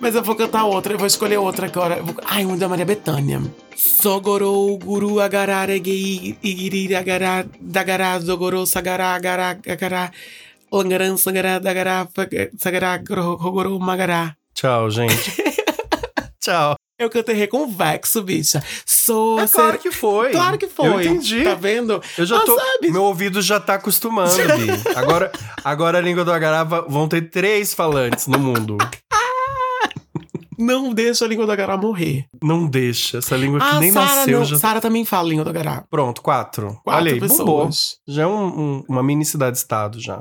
Speaker 2: Mas eu vou cantar outra, eu vou escolher outra agora. Eu Vou... Ai, um da Maria Bethânia. Sogorou, guru, agararegei, igiri, agará, dagará, zogorou, sagará, agará, agará, langarã, sangará, dagará, faga- sagará, gro- rogorou, magará.
Speaker 1: Tchau, gente. Tchau.
Speaker 2: É Eu cantei reconvexo, bicha. Sou...
Speaker 1: É claro que foi.
Speaker 2: Claro que foi.
Speaker 1: Eu entendi.
Speaker 2: Tá vendo?
Speaker 1: Eu já
Speaker 2: Ah,
Speaker 1: tô.
Speaker 2: sabe?
Speaker 1: Meu ouvido já tá acostumando, Bi. Agora, agora a língua do Agarava vão ter três falantes no mundo.
Speaker 2: Não deixa a língua do agará morrer.
Speaker 1: Não deixa. Essa língua que
Speaker 2: ah,
Speaker 1: nem
Speaker 2: Sara
Speaker 1: nasceu
Speaker 2: não.
Speaker 1: já. tá-
Speaker 2: Sara também fala língua do agará.
Speaker 1: Pronto, quatro.
Speaker 2: Quatro
Speaker 1: Olha aí, bombou.
Speaker 2: pessoas.
Speaker 1: Já é um- um- uma mini cidade-estado já.